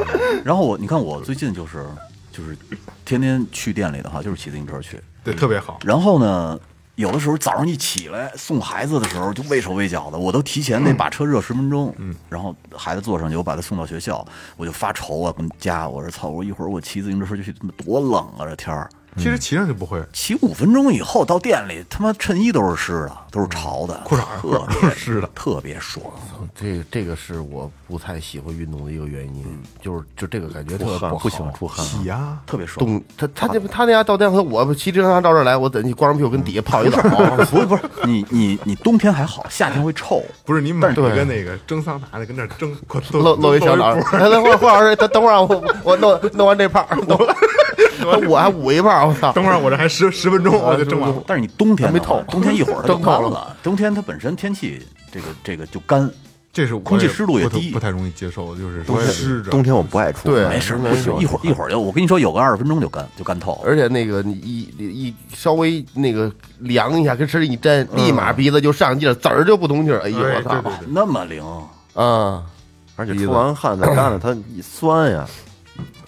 Speaker 5: 然后我，你看我最近就是就是天天去店里的话，就是骑自行车去。
Speaker 3: 对，特别好。
Speaker 5: 然后呢，有的时候早上一起来送孩子的时候就畏手畏脚的，我都提前得把车热十分钟，嗯，然后孩子坐上去，我把他送到学校，我就发愁啊，跟家我说操，我一会儿我骑自行车去，他妈多冷啊这天儿。
Speaker 3: 其实骑上就不会，
Speaker 5: 骑五分钟以后到店里，他妈衬衣都是湿的，都是潮的，
Speaker 3: 裤衩儿
Speaker 5: 特
Speaker 3: 都
Speaker 5: 别
Speaker 3: 是湿的
Speaker 5: 特别爽。
Speaker 6: 这这个是我不太喜欢运动的一个原因，就是就这个感觉特别
Speaker 7: 出汗
Speaker 6: 不
Speaker 7: 不喜欢
Speaker 6: 好
Speaker 7: 出汗，啊
Speaker 3: 骑呀，
Speaker 5: 特别爽，
Speaker 6: 动他他这他那家到店和我骑自行车到这儿来，我等你光着屁股跟底下泡一澡，
Speaker 5: 不是不是，你你你冬天还好，夏天会臭，
Speaker 3: 不是你买一个那个蒸桑拿的，跟那儿蒸，露
Speaker 6: 露露一小脑， 来来，霍霍老师，等等会儿啊我我弄弄完这泡，弄完我还捂一泡，我操！
Speaker 3: 等会儿我这还十十分钟，我就蒸完了。
Speaker 5: 但是你冬天
Speaker 6: 还没
Speaker 5: 的话
Speaker 6: 透
Speaker 5: 冬天一会儿它就
Speaker 6: 真透
Speaker 5: 干
Speaker 6: 了
Speaker 5: 了，冬天它本身天气这个这个就干，
Speaker 3: 这是我
Speaker 5: 空气
Speaker 3: 也
Speaker 5: 湿度也
Speaker 3: 不太
Speaker 5: 低
Speaker 3: 不太容易接受，就是湿着。
Speaker 7: 冬天我不爱出，
Speaker 6: 对
Speaker 5: 没事没事，一会儿一会儿就我跟你说，有个二十分钟就干就干透了。
Speaker 6: 而且那个你一一稍微那个凉一下，跟身上一沾，立马鼻子就上劲儿，籽儿就不通气儿。哎呦
Speaker 3: 对
Speaker 6: 我
Speaker 3: 对
Speaker 6: 操！
Speaker 3: 对
Speaker 5: 那么灵，
Speaker 6: 啊，
Speaker 7: 而且出完汗再干了，它一酸呀，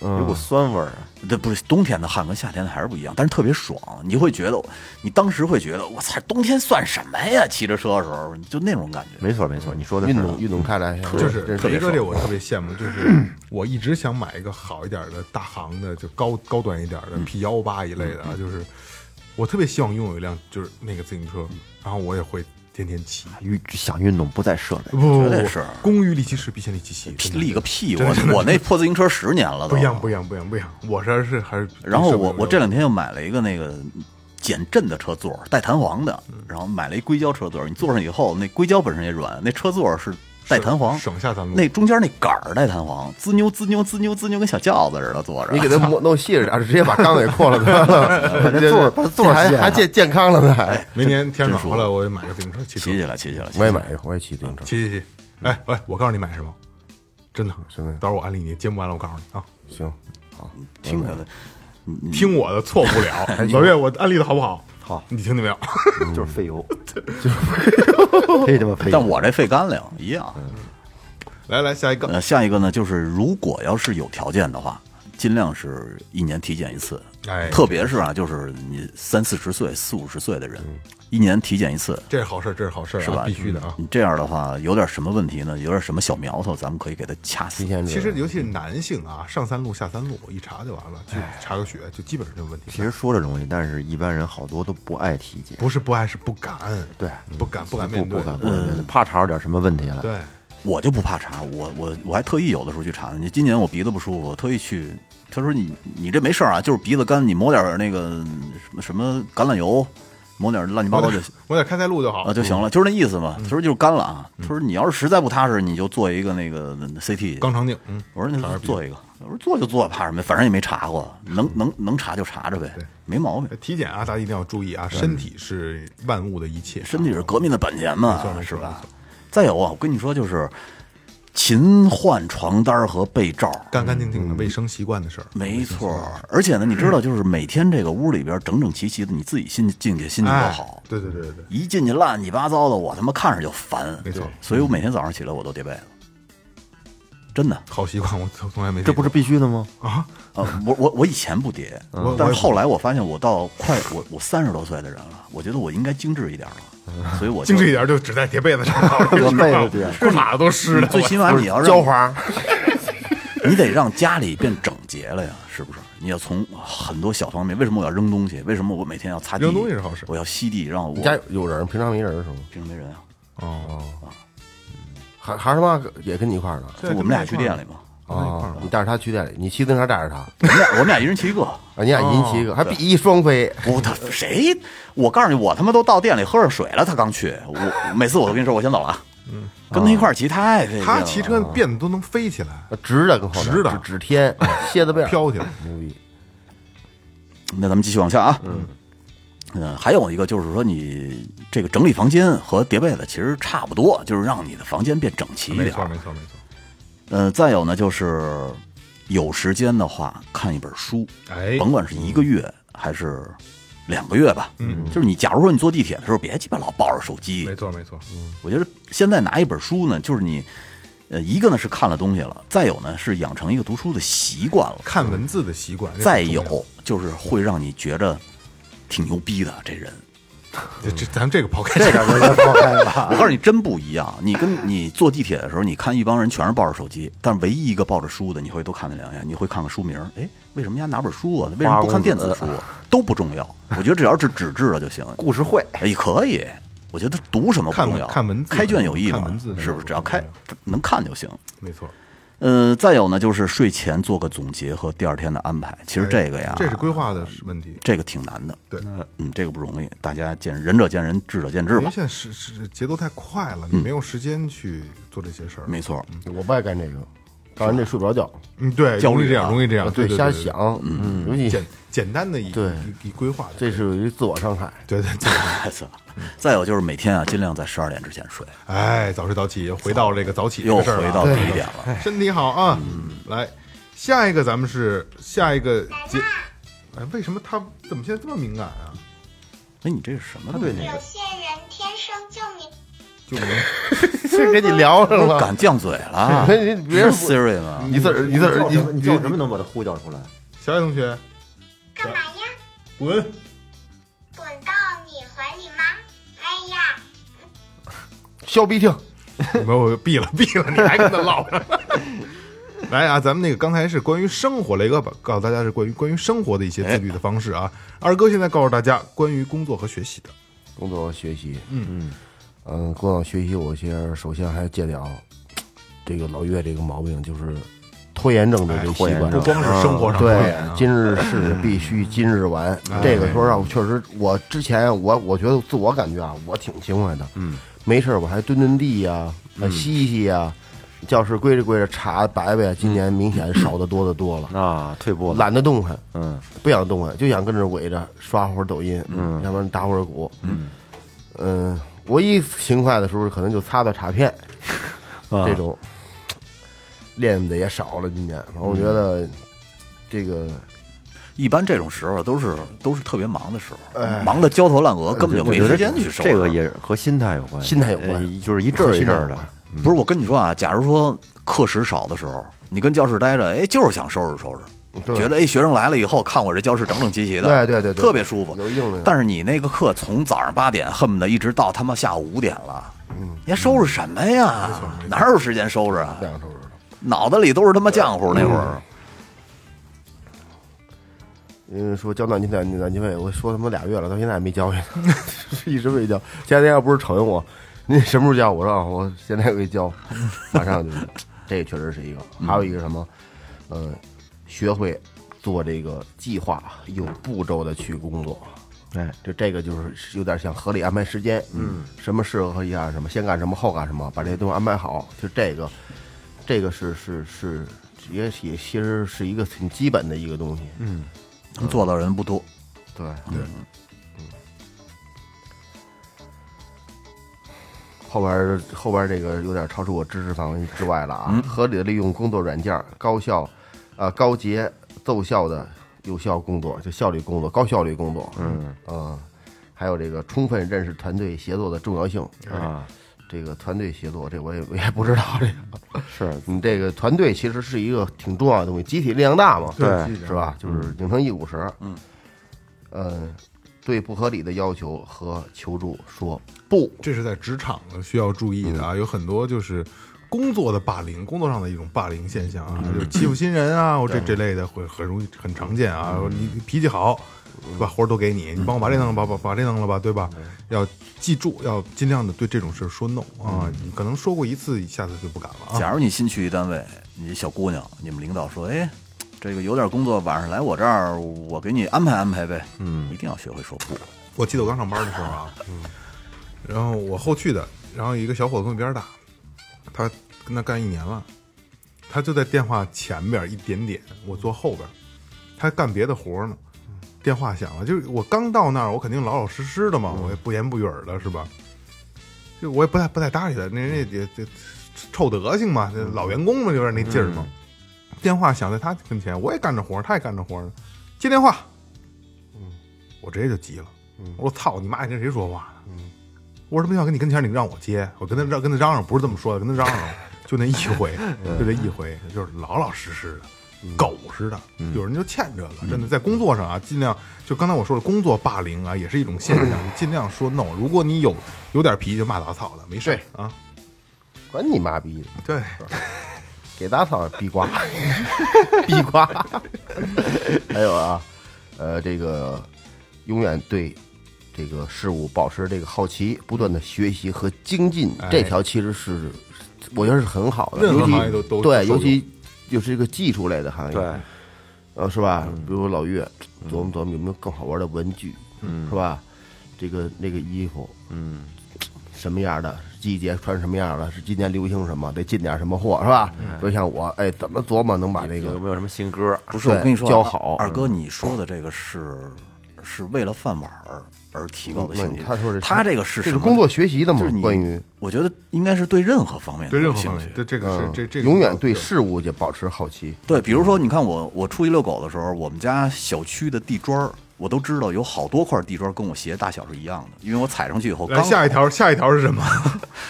Speaker 7: 有股酸味儿啊。
Speaker 5: 这不是冬天的汗跟夏天的还是不一样，但是特别爽。你会觉得，你当时会觉得，我操，冬天算什么呀？骑着车的时候，就那种感觉。
Speaker 7: 没错没错，你说的是
Speaker 6: 运动运动开来
Speaker 3: 就是
Speaker 6: 真
Speaker 3: 锤
Speaker 6: 是
Speaker 3: 哥这我特别羡慕， 就是我一直想买一个好一点的大行的，就高高端一点
Speaker 5: 嗯
Speaker 3: 的 P 幺八一类的啊，就是我特别希望拥有一辆就是那个自行车，然后我也会天天骑。
Speaker 7: 运想运动不在设备
Speaker 3: 不，不
Speaker 5: 绝
Speaker 3: 不
Speaker 5: 对
Speaker 3: 不
Speaker 5: 是
Speaker 3: 工于利其事，必先利其器。真的
Speaker 5: 立个屁！我我那破自行车十年了都啊
Speaker 3: 不一样，不一样，不一样，不一样。我这是还是
Speaker 5: 然后
Speaker 3: 对设备
Speaker 5: 我
Speaker 3: 有
Speaker 5: 我这
Speaker 3: 要
Speaker 5: 两天又买了一个那个减震的车座，带弹簧的，
Speaker 6: 嗯
Speaker 5: 然后买了一硅胶车座。你坐上以后，那硅胶本身也软，那车座是带弹簧，
Speaker 3: 省省下咱们
Speaker 5: 那中间那杆儿带弹簧，滋扭滋扭滋扭滋扭，跟小轿子似的坐着。
Speaker 6: 你给它磨弄细着点儿，直接把缸给扩了得了，
Speaker 7: 把这座儿把这座儿
Speaker 6: 还
Speaker 7: 卸了
Speaker 6: 还健健康了呢，还。
Speaker 3: 明年天暖和了，我也买个自行车骑车
Speaker 5: 骑起来，骑起来，骑起
Speaker 6: 我
Speaker 5: 来
Speaker 6: 也买一个，我也骑自行车。
Speaker 3: 骑骑骑。哎喂，我告诉你买什么，真的，
Speaker 6: 什么呀
Speaker 3: 到时候我安利你，节目完了我告诉你啊。
Speaker 6: 行，
Speaker 5: 听着的。
Speaker 3: 听我的错不了，老岳，我安利的好不好？
Speaker 7: 好
Speaker 3: 你听见没有？
Speaker 7: 就是费油， 就是可以这么费油。
Speaker 5: 但我这肺干粮
Speaker 6: 嗯
Speaker 5: 一样。
Speaker 3: 来来，下一个，
Speaker 5: 呃，下一个呢，就是如果要是有条件的话，尽量是一年体检一次，
Speaker 3: 哎
Speaker 5: 特别是啊，就是你三四十岁、四五十岁的人，
Speaker 6: 嗯
Speaker 5: 一年体检一次，
Speaker 3: 这是好事，这是好事、啊，
Speaker 5: 是吧？嗯
Speaker 3: 必须的啊！
Speaker 5: 你这样的话，有点什么问题呢？有点什么小苗头，咱们可以给他掐死。
Speaker 3: 其实尤其是男性啊，上三路下三路，一查就完了，就查个血，就基本上这个问题。
Speaker 7: 其实说这东西，但是一般人好多都不爱体检，
Speaker 3: 不是不爱，是不敢，
Speaker 7: 对，
Speaker 3: 不敢不敢
Speaker 7: 不
Speaker 3: 面对嗯
Speaker 7: 不，敢，不敢面对怕查着点什么问题来。
Speaker 3: 对，
Speaker 5: 我就不怕查，我我我还特意有的时候去查呢。你今年我鼻子不舒服，我特意去。他说你你这没事儿啊，就是鼻子干，你抹点那个什么什么橄榄油，抹点乱七八
Speaker 3: 我
Speaker 5: 糟
Speaker 3: 得
Speaker 5: 就行
Speaker 3: 我得开塞露就好
Speaker 5: 啊就行了，就是那意思嘛。
Speaker 3: 嗯
Speaker 5: 他说就是干了啊。他说你要是实在不踏实，你就做一个那个 CT。
Speaker 3: 肛肠镜，嗯，
Speaker 5: 我说那做一个，我说做就做，怕什么？反正也没查过，
Speaker 3: 嗯
Speaker 5: 能能能查就查着呗，没毛病。
Speaker 3: 体检啊，大家一定要注意啊，身体是万物的一切，啊
Speaker 5: 身体是革命的本钱嘛
Speaker 3: 没错，没
Speaker 5: 是
Speaker 3: 错没
Speaker 5: 吧？再有啊，我跟你说，就是勤换床单和被罩，
Speaker 3: 干干净净的卫生习惯的事儿，
Speaker 5: 没错。而且呢，你知道，就是每天这个屋里边整整齐齐的，你自己心境界心情就
Speaker 3: 哎
Speaker 5: 嗯好。
Speaker 3: 对对对对对，
Speaker 5: 一进去乱七八糟的，我他妈看着就烦。
Speaker 3: 没错，
Speaker 5: 所以我每天早上起来我都叠被子，真的
Speaker 3: 好习惯，我从从来没
Speaker 7: 这不是必须的吗？
Speaker 3: 啊，
Speaker 5: 啊！我我我以前不叠
Speaker 3: 我，嗯
Speaker 5: 但
Speaker 3: 我也
Speaker 5: 是
Speaker 3: 不
Speaker 5: 后来我发现，我到快我我三十多岁的人了，我觉得我应该精致一点了，所以我就
Speaker 3: 精致一点就只在叠被子上好了，
Speaker 7: 我被子
Speaker 3: 是吧马都湿了，
Speaker 5: 最起码你要让
Speaker 6: 浇花，
Speaker 5: 你得让家里变整洁了呀，是不是？你要从很多小方面，为什么我要扔东西？为什么我每天要擦地？
Speaker 3: 扔东西是好事
Speaker 5: 我要吸地，让我
Speaker 6: 你家有有人，平常没人是吗？
Speaker 5: 平时没人啊，
Speaker 3: 哦，
Speaker 6: 还还是他妈也跟你一块儿呢？
Speaker 3: 啊
Speaker 5: 就我们俩去店里嘛，
Speaker 6: 啊，你带着他去店里，你骑自行车带着他，啊，
Speaker 5: 我们俩我们俩一人骑一个。
Speaker 6: 你俩一人骑一个，还比翼双飞。
Speaker 5: 不，他谁？我告诉你，我他妈都到店里喝上水了，他刚去。我每次我都跟你说，我先走了啊。跟他一块儿骑太费劲了。
Speaker 3: 嗯啊他骑车辫子都能飞起来，
Speaker 6: 直的跟后面
Speaker 3: 直的
Speaker 6: 指指天，蝎子背儿
Speaker 3: 飘起来，
Speaker 6: 牛逼，
Speaker 5: 那咱们继续往下啊。嗯。还有一个就是说，你这个整理房间和叠被子其实差不多，就是让你的房间变整齐一
Speaker 3: 没
Speaker 5: 点。
Speaker 3: 错没错没错，
Speaker 5: 呃，再有呢，就是有时间的话看一本书，
Speaker 3: 哎
Speaker 5: 甭管是一个月还是两个月吧，嗯，就是你假如说你坐地铁的时候，别鸡巴老抱着手机
Speaker 3: 没，错没错，
Speaker 5: 我觉得现在拿一本书呢，就是你，呃，一个呢是看了东西了，再有呢是养成一个读书的习惯了，
Speaker 3: 看文字的习惯，这
Speaker 5: 再
Speaker 3: 很重要
Speaker 5: 有就是会让你觉着挺牛逼的这人，
Speaker 3: 这这咱这个抛开
Speaker 7: 这点儿就抛开了。
Speaker 5: 我告诉你，真不一样。你跟你坐地铁的时候，你看一帮人全是抱着手机，但唯一一个抱着书的，你会多看他两眼，你会看看书名。哎，为什么人家拿本书啊？为什么不看电子书啊？都不重要。我觉得只要是纸质的就行。
Speaker 7: 故事会，
Speaker 5: 哎，可以。我觉得读什么不
Speaker 3: 看
Speaker 5: 重要，
Speaker 3: 看文字
Speaker 5: 开卷有益嘛，
Speaker 3: 看文字
Speaker 5: 是不是？只要
Speaker 3: 不
Speaker 5: 开
Speaker 3: 重
Speaker 5: 能看就行。
Speaker 3: 没错，
Speaker 5: 呃，再有呢，就是睡前做个总结和第二天的安排。其实这个呀，
Speaker 3: 哎这是规划的问题。
Speaker 5: 这个挺难的。
Speaker 3: 对，
Speaker 5: 嗯，这个不容易，大家见仁者见仁，智者见智
Speaker 3: 因为
Speaker 5: 吧。
Speaker 3: 现在是是节奏太快了，你没有时间去做这些事儿。
Speaker 5: 没错，
Speaker 6: 我不爱干这个，干完这睡不着觉，
Speaker 3: 嗯，对，
Speaker 5: 焦虑
Speaker 3: 容易这样，
Speaker 5: 啊
Speaker 3: 容易这样，对，对
Speaker 6: 瞎
Speaker 3: 对
Speaker 6: 想，嗯，尤
Speaker 3: 对
Speaker 6: 其
Speaker 3: 简简单的一
Speaker 6: 对
Speaker 3: 一一规划就可以，
Speaker 6: 这是一自我伤害。
Speaker 3: 对对对，
Speaker 5: 太次了。再有就是每天啊，尽量在十二点之前睡。
Speaker 3: 哎，早睡早起，又回到这个早起这
Speaker 5: 又
Speaker 3: 个事儿
Speaker 5: 回
Speaker 3: 了
Speaker 5: 到
Speaker 3: 啊
Speaker 5: 第一点了。
Speaker 3: 身体好啊，来下一个，咱们是下一个节，哎，为什么他怎么现在这么敏感啊？
Speaker 5: 哎，你这是什么东西？
Speaker 8: 有些人天生就敏
Speaker 3: 就 没
Speaker 6: 这给你聊上
Speaker 5: 不
Speaker 6: 了，，
Speaker 5: 敢犟嘴了啊
Speaker 6: 你别
Speaker 5: 是 Siri 吗？
Speaker 6: 你自儿你自儿
Speaker 7: 叫什么
Speaker 6: 你
Speaker 7: 你叫什么能把他呼叫出来？
Speaker 3: 小爱同学
Speaker 8: 干嘛呀？
Speaker 3: 滚，
Speaker 8: 滚到你怀里吗？哎呀，
Speaker 6: 削鼻涕，
Speaker 3: 你把我毙了毙了，你还跟他唠着。 来啊，咱们那个刚才是关于生活，雷哥把告诉大家是关于关于生活的一些自律的方式啊。二哥现在告诉大家关于工作和学习的，
Speaker 6: 工作学习，嗯嗯嗯，工作学习，我先首先还戒掉这个老岳这个毛病，就是拖延症的这个习惯。
Speaker 3: 哎不光是生活上拖
Speaker 6: 对
Speaker 3: 延，啊，
Speaker 6: 今日事必须今日完。这个时候让我确实，我之前我我觉得自我感觉啊，我挺勤快的。嗯，没事儿我还蹲蹲地呀、还吸吸呀、教室归着归着查摆摆。今年明显少的多的多了，
Speaker 7: 啊，退步了，
Speaker 6: 懒得动弹，
Speaker 7: 嗯，
Speaker 6: 不想动弹，就想跟这儿围着刷会儿抖音，嗯，要不然打会儿鼓，嗯，嗯，唯一勤快的时候可能就擦擦卡片，
Speaker 7: 啊
Speaker 6: 这种练的也少了。今年，反正我觉得这个。
Speaker 5: 一般这种时候都是都是特别忙的时候，忙得焦头烂额，根本就没时间去收拾。
Speaker 7: 这个也是和心态有关系，
Speaker 6: 心态有关
Speaker 7: 呃就是一阵儿一阵儿
Speaker 6: 和心态有
Speaker 7: 的
Speaker 6: 关。
Speaker 5: 不是我跟你说啊，假如说课时少的时候，你跟教室待着，哎，就是想收拾收拾，
Speaker 6: 对
Speaker 5: 觉得哎，学生来了以后看我这教室整整齐齐的，
Speaker 6: 对对对对
Speaker 5: 特别舒服
Speaker 6: 有硬的。
Speaker 5: 但是你那个课从早上八点恨不得一直到他妈下午五点了，
Speaker 6: 嗯
Speaker 5: 你还收拾什么呀？哪有时间收拾啊？脑子里都是他妈浆糊那会
Speaker 6: 嗯
Speaker 5: 儿。
Speaker 6: 因为说交暖气费、暖气费，我说他妈俩月了，到现在还没交去呢， 一直没交。前两天要不是瞅见我，你什么时候交？我说啊我现在给交，马上就。这确实是一个，还有一个什么，呃，学会做这个计划，有步骤的去工作。哎，这这个就是有点像合理安排时间，嗯，什么适合一下什么，先干什么后干什么，把这些东西安排好。就这个，这个是是是，也也其实是一个挺基本的一个东西。嗯，
Speaker 5: 做到人不多，
Speaker 6: 对，嗯后边儿后边儿这个有点超出我知识范围之外了啊！合理的利用工作软件儿，高效，呃，高节奏效的有效工作，就效率工作，高效率工作。嗯呃，还有这个充分认识团队协作的重要性啊。这个团队协作，这我也我也不知道这个。
Speaker 7: 是
Speaker 6: 你这个团队其实是一个挺重要的东西，集体力量大嘛，
Speaker 3: 对
Speaker 6: 是吧？就是拧成一股绳。嗯，呃，对不合理的要求和求助说不。
Speaker 3: 这是在职场的需要注意的啊，有很多就是工作的霸凌，工作上的一种霸凌现象啊，就是欺负新人啊，或者这这类的会很容易很常见啊。你你脾气好，把活儿都给你，你帮我把这弄了吧，把把这弄了吧，对吧？要记住，要尽量的对这种事儿说 no 啊，你可能说过一次，下次就不敢了啊。
Speaker 5: 假如你新去一单位，你小姑娘，你们领导说，哎，这个有点工作，晚上来我这儿，我给你安排安排呗。嗯，一定要学会说不。
Speaker 3: 我记得我刚上班的时候啊，然后我后去的，然后有一个小伙子跟我一边大，他跟他干一年了，他就在电话前边一点点，我坐后边，他干别的活呢。电话响了，就是我刚到那儿，我肯定老老实实的嘛，我也不言不语儿的是吧？就我也不太不太搭理他，那人也也这臭德行嘛，这老员工嘛，有点那劲儿嘛。电话响在他跟前，我也干着活儿，他也干着活儿呢，接电话，我直接就急了，
Speaker 6: 嗯
Speaker 3: 我说操你妈，你跟谁说话呢？我说他妈要跟你跟前，你让我接，我跟他嚷跟他嚷嚷，不是这么说的，跟他嚷 嚷，就那一回，
Speaker 6: 嗯
Speaker 3: 就这一回，就是老老实实的。狗似的，
Speaker 6: 嗯
Speaker 3: 有人就欠这个，真的在工作上啊，尽量就刚才我说的工作霸凌啊，也是一种现 象，尽量说 no。如果你有有点脾气，就骂打草的，没事儿啊。
Speaker 6: 管你妈逼的，
Speaker 3: 对，
Speaker 6: 给大嫂逼 瓜，逼瓜。还有啊，呃，这个永远对这个事物保持这个好奇，不断的学习和精进，这条其实是我觉得是很好的，
Speaker 3: 任何
Speaker 6: 尤其
Speaker 3: 行业都都
Speaker 6: 对，
Speaker 3: 都
Speaker 6: 尤其就是一个技术类的行业，
Speaker 7: 对，
Speaker 6: 呃，是
Speaker 5: 嗯
Speaker 6: 吧？比如老岳，琢磨琢磨有没有更好玩的文具，嗯，是吧？这个那个衣服，嗯，什么样的季节穿什么样的，是今年流行什么，得进点什么货，是吧？
Speaker 5: 嗯
Speaker 6: 就像我，哎，怎么琢磨能把这
Speaker 7: 有
Speaker 6: 个
Speaker 7: 没有什么新歌？
Speaker 5: 不是，我
Speaker 6: 对
Speaker 5: 跟你说啊，
Speaker 6: 教好
Speaker 5: 二哥，你说的这个是是为了饭碗儿而提高的兴趣。
Speaker 6: 嗯他说是
Speaker 5: 他这个是
Speaker 6: 这
Speaker 5: 什
Speaker 6: 是
Speaker 5: 么？
Speaker 6: 工作学习的嘛
Speaker 5: 就是？你
Speaker 6: 关于，
Speaker 5: 我觉得应该是对任何方面都
Speaker 3: 对任
Speaker 5: 有
Speaker 3: 何
Speaker 5: 兴
Speaker 3: 方面
Speaker 5: 趣，。
Speaker 3: 对这个是
Speaker 6: 嗯
Speaker 3: 这这个
Speaker 6: 永远对事物就保持好奇，
Speaker 5: 对，比如说，你看我我出去遛狗的时候，我们家小区的地砖儿，我都知道有好多块地砖跟我鞋大小是一样的，因为我踩上去以后，
Speaker 3: 来
Speaker 5: 刚
Speaker 3: 下一条，下一条是什么？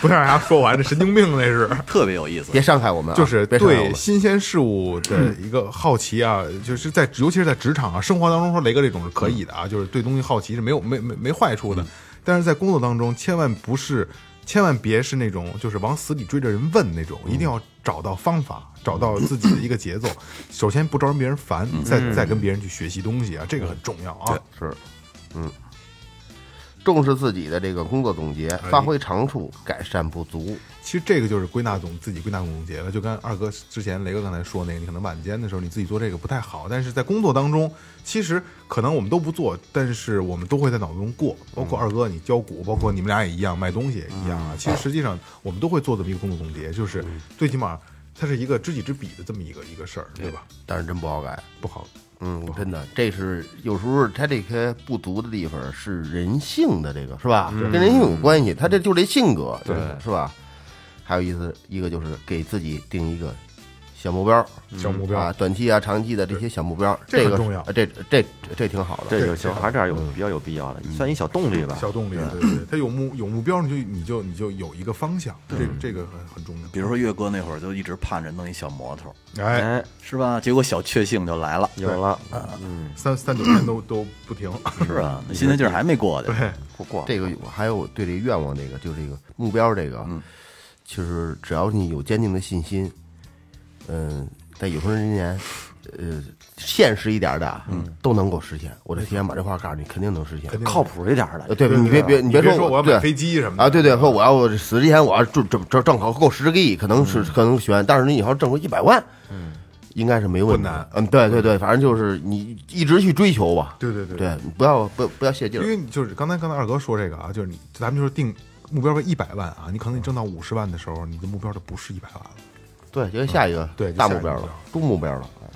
Speaker 3: 不让大家说完，这神经病那是。
Speaker 5: 特别有意思
Speaker 6: 别。伤害我们啊，
Speaker 3: 就是
Speaker 6: 别伤害我
Speaker 3: 对
Speaker 6: 们。
Speaker 3: 新鲜事物的一个好奇啊，就是在尤其是在职场啊、生活当中说雷哥这种是可以的
Speaker 6: 嗯
Speaker 3: 啊，就是对东西好奇是没有没没没坏处的，但是在工作当中千万不是，千万别是那种就是往死里追着人问那种，
Speaker 6: 嗯
Speaker 3: 一定要找到方法，找到自己的一个节 奏。首先不招人别人烦，
Speaker 6: 嗯
Speaker 3: 再再跟别人去学习东西啊，这个很重要啊。
Speaker 6: 是，嗯，重视自己的这个工作总结，
Speaker 5: 哎
Speaker 6: 发挥长处，改善不足。
Speaker 3: 其实这个就是归纳总自己归纳总结了，就跟二哥之前雷哥刚才说那个，你可能晚间的时候你自己做这个不太好，但是在工作当中，其实可能我们都不做，但是我们都会在脑子中
Speaker 7: 嗯
Speaker 3: 过，包括二哥你教股，包括你们俩也一样卖东西也一样啊。其实实际上我们都会做这么一个工作总结，就是
Speaker 7: 嗯
Speaker 3: 最起码它是一个知己知彼的这么一个一个事儿，对吧？
Speaker 7: 嗯
Speaker 6: 但是真不好改，
Speaker 3: 不好，
Speaker 6: 嗯，真的，这是有时候他这些不足的地方是人性的，这个是吧？
Speaker 3: 嗯
Speaker 6: 跟人性有关系，他这就这性格，对，是吧？还有意思，一个就是给自己定一个小目标，
Speaker 3: 小目标
Speaker 6: 啊，短期啊、长期的这些小目标，
Speaker 3: 这
Speaker 6: 这
Speaker 3: 很
Speaker 6: 个
Speaker 3: 重要
Speaker 6: 啊这这这这挺好的。
Speaker 7: 这就行，还是这样有比较有必要的，算一嗯小动力吧。
Speaker 3: 小动力，对对，对他有目有目标，你就你就你就有一个方向，
Speaker 7: 嗯
Speaker 3: 这个这个很很重要。
Speaker 5: 比如说岳哥那会儿就一直盼着弄一小摩托，
Speaker 3: 哎，
Speaker 7: 哎，
Speaker 5: 是吧？结果小确幸就来了，
Speaker 7: 有了，嗯
Speaker 3: 三三九天都都不停，
Speaker 5: 是啊，那新鲜劲儿还没过去，
Speaker 7: 不过
Speaker 6: 这个我还有对这个愿望，这个就是这个目标，这个，其实只要你有坚定的信心，嗯、在有生之年，呃，现实一点的，嗯，都能够实现。我这提前把这话告诉你，肯定能实现。
Speaker 7: 靠谱一点儿
Speaker 6: 呃，
Speaker 7: 的，
Speaker 6: 对，你别别你
Speaker 3: 别
Speaker 6: 说
Speaker 3: 说我要
Speaker 6: 对
Speaker 3: 买飞机什么的
Speaker 6: 啊，对对，说我要我死之前我要挣挣挣挣好够十个亿，可能是可能悬，但是你要挣个一百万，嗯，应该是没问题。
Speaker 3: 不难
Speaker 6: 嗯，对对对，反正就是你一直去追求吧。
Speaker 3: 对对对
Speaker 6: 对，你不要不不要泄劲儿
Speaker 3: 因。为就是刚才刚才二哥说这个啊，就是你咱们就是定目标为一百万啊，你可能你挣到五十万的时候，你的目标就不是一百万了。
Speaker 6: 对，就是下一个
Speaker 3: 对就
Speaker 6: 大
Speaker 3: 下一
Speaker 6: 目
Speaker 3: 个
Speaker 6: 标
Speaker 3: 目
Speaker 6: 了，中目标了。哎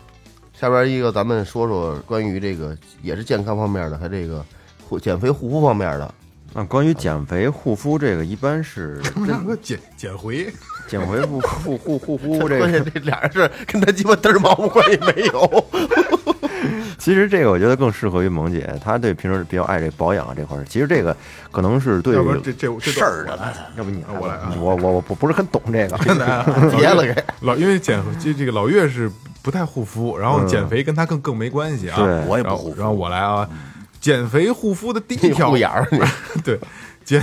Speaker 6: 下边一个，咱们说说关于这个也是健康方面的和这个护减肥护肤方面的。
Speaker 7: 那关于减肥护肤这个，一般是
Speaker 3: 大
Speaker 7: 真
Speaker 3: 哥减减回，
Speaker 7: 减肥护护护护肤这
Speaker 6: 关
Speaker 7: 个
Speaker 6: 键，这俩人是跟他鸡巴嘚儿毛不关系没有。
Speaker 7: 其实这个我觉得更适合于萌姐，她对平时比较爱这保养啊这块儿。其实这个可能是对
Speaker 3: 要不然这这这
Speaker 5: 事儿
Speaker 3: 的
Speaker 5: 的，
Speaker 7: 要不你
Speaker 3: 我来啊
Speaker 7: 我我我不不是很懂这个，
Speaker 6: 结了给
Speaker 3: 哎老因为减这这个老岳是不太护肤，然后减肥跟他更更没关系啊。
Speaker 7: 对
Speaker 5: 我也不
Speaker 3: 然
Speaker 5: 护
Speaker 3: 后
Speaker 5: 肤
Speaker 3: 然后我来啊，减肥护肤的第一
Speaker 6: 你
Speaker 3: 条
Speaker 6: 护眼儿，
Speaker 3: 对，减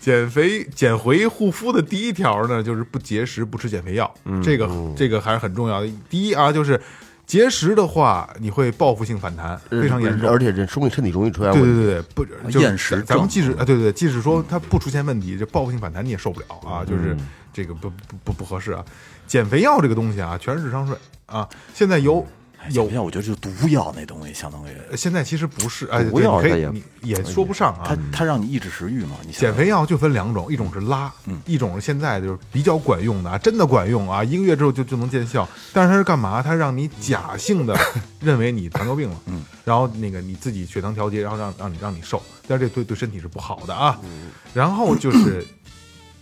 Speaker 3: 减肥减肥护肤的第一条呢，就是不节食，不吃减肥药。
Speaker 5: 嗯
Speaker 3: 这个
Speaker 5: 哦
Speaker 3: 这个还是很重要的。第一啊，就是节食的话，你会报复性反弹，非常严重。
Speaker 6: 而且这容易身体容易出现
Speaker 3: 对
Speaker 6: 问题。
Speaker 3: 对对，不就是
Speaker 5: 嗯哦厌食
Speaker 3: 咱咱们
Speaker 5: 症
Speaker 3: 即使啊，对对，即使说它不出现问题，这报复性反弹你也受不了啊，
Speaker 5: 嗯
Speaker 3: 就是这个不不不不合适啊。减肥药这个东西啊，全是智商税啊。现在有有
Speaker 5: 像我觉得就毒药那东西，相当于
Speaker 3: 现在其实不是，哎，
Speaker 7: 毒
Speaker 3: 对，
Speaker 7: 药
Speaker 3: 你可
Speaker 7: 它
Speaker 3: 以
Speaker 7: 也
Speaker 3: 你也说不上啊，
Speaker 5: 它它让你抑制食欲嘛，你想
Speaker 3: 减肥药就分两种，一种是拉，
Speaker 5: 嗯
Speaker 3: 一种是现在就是比较管用的啊，真的管用啊，一个月之后就就能见效。但是它是干嘛？它让你假性 的认为你糖尿病了，嗯，然后那个你自己血糖调节，然后让让你让你瘦，但是这对对身体是不好的啊。
Speaker 5: 嗯
Speaker 3: 然后就是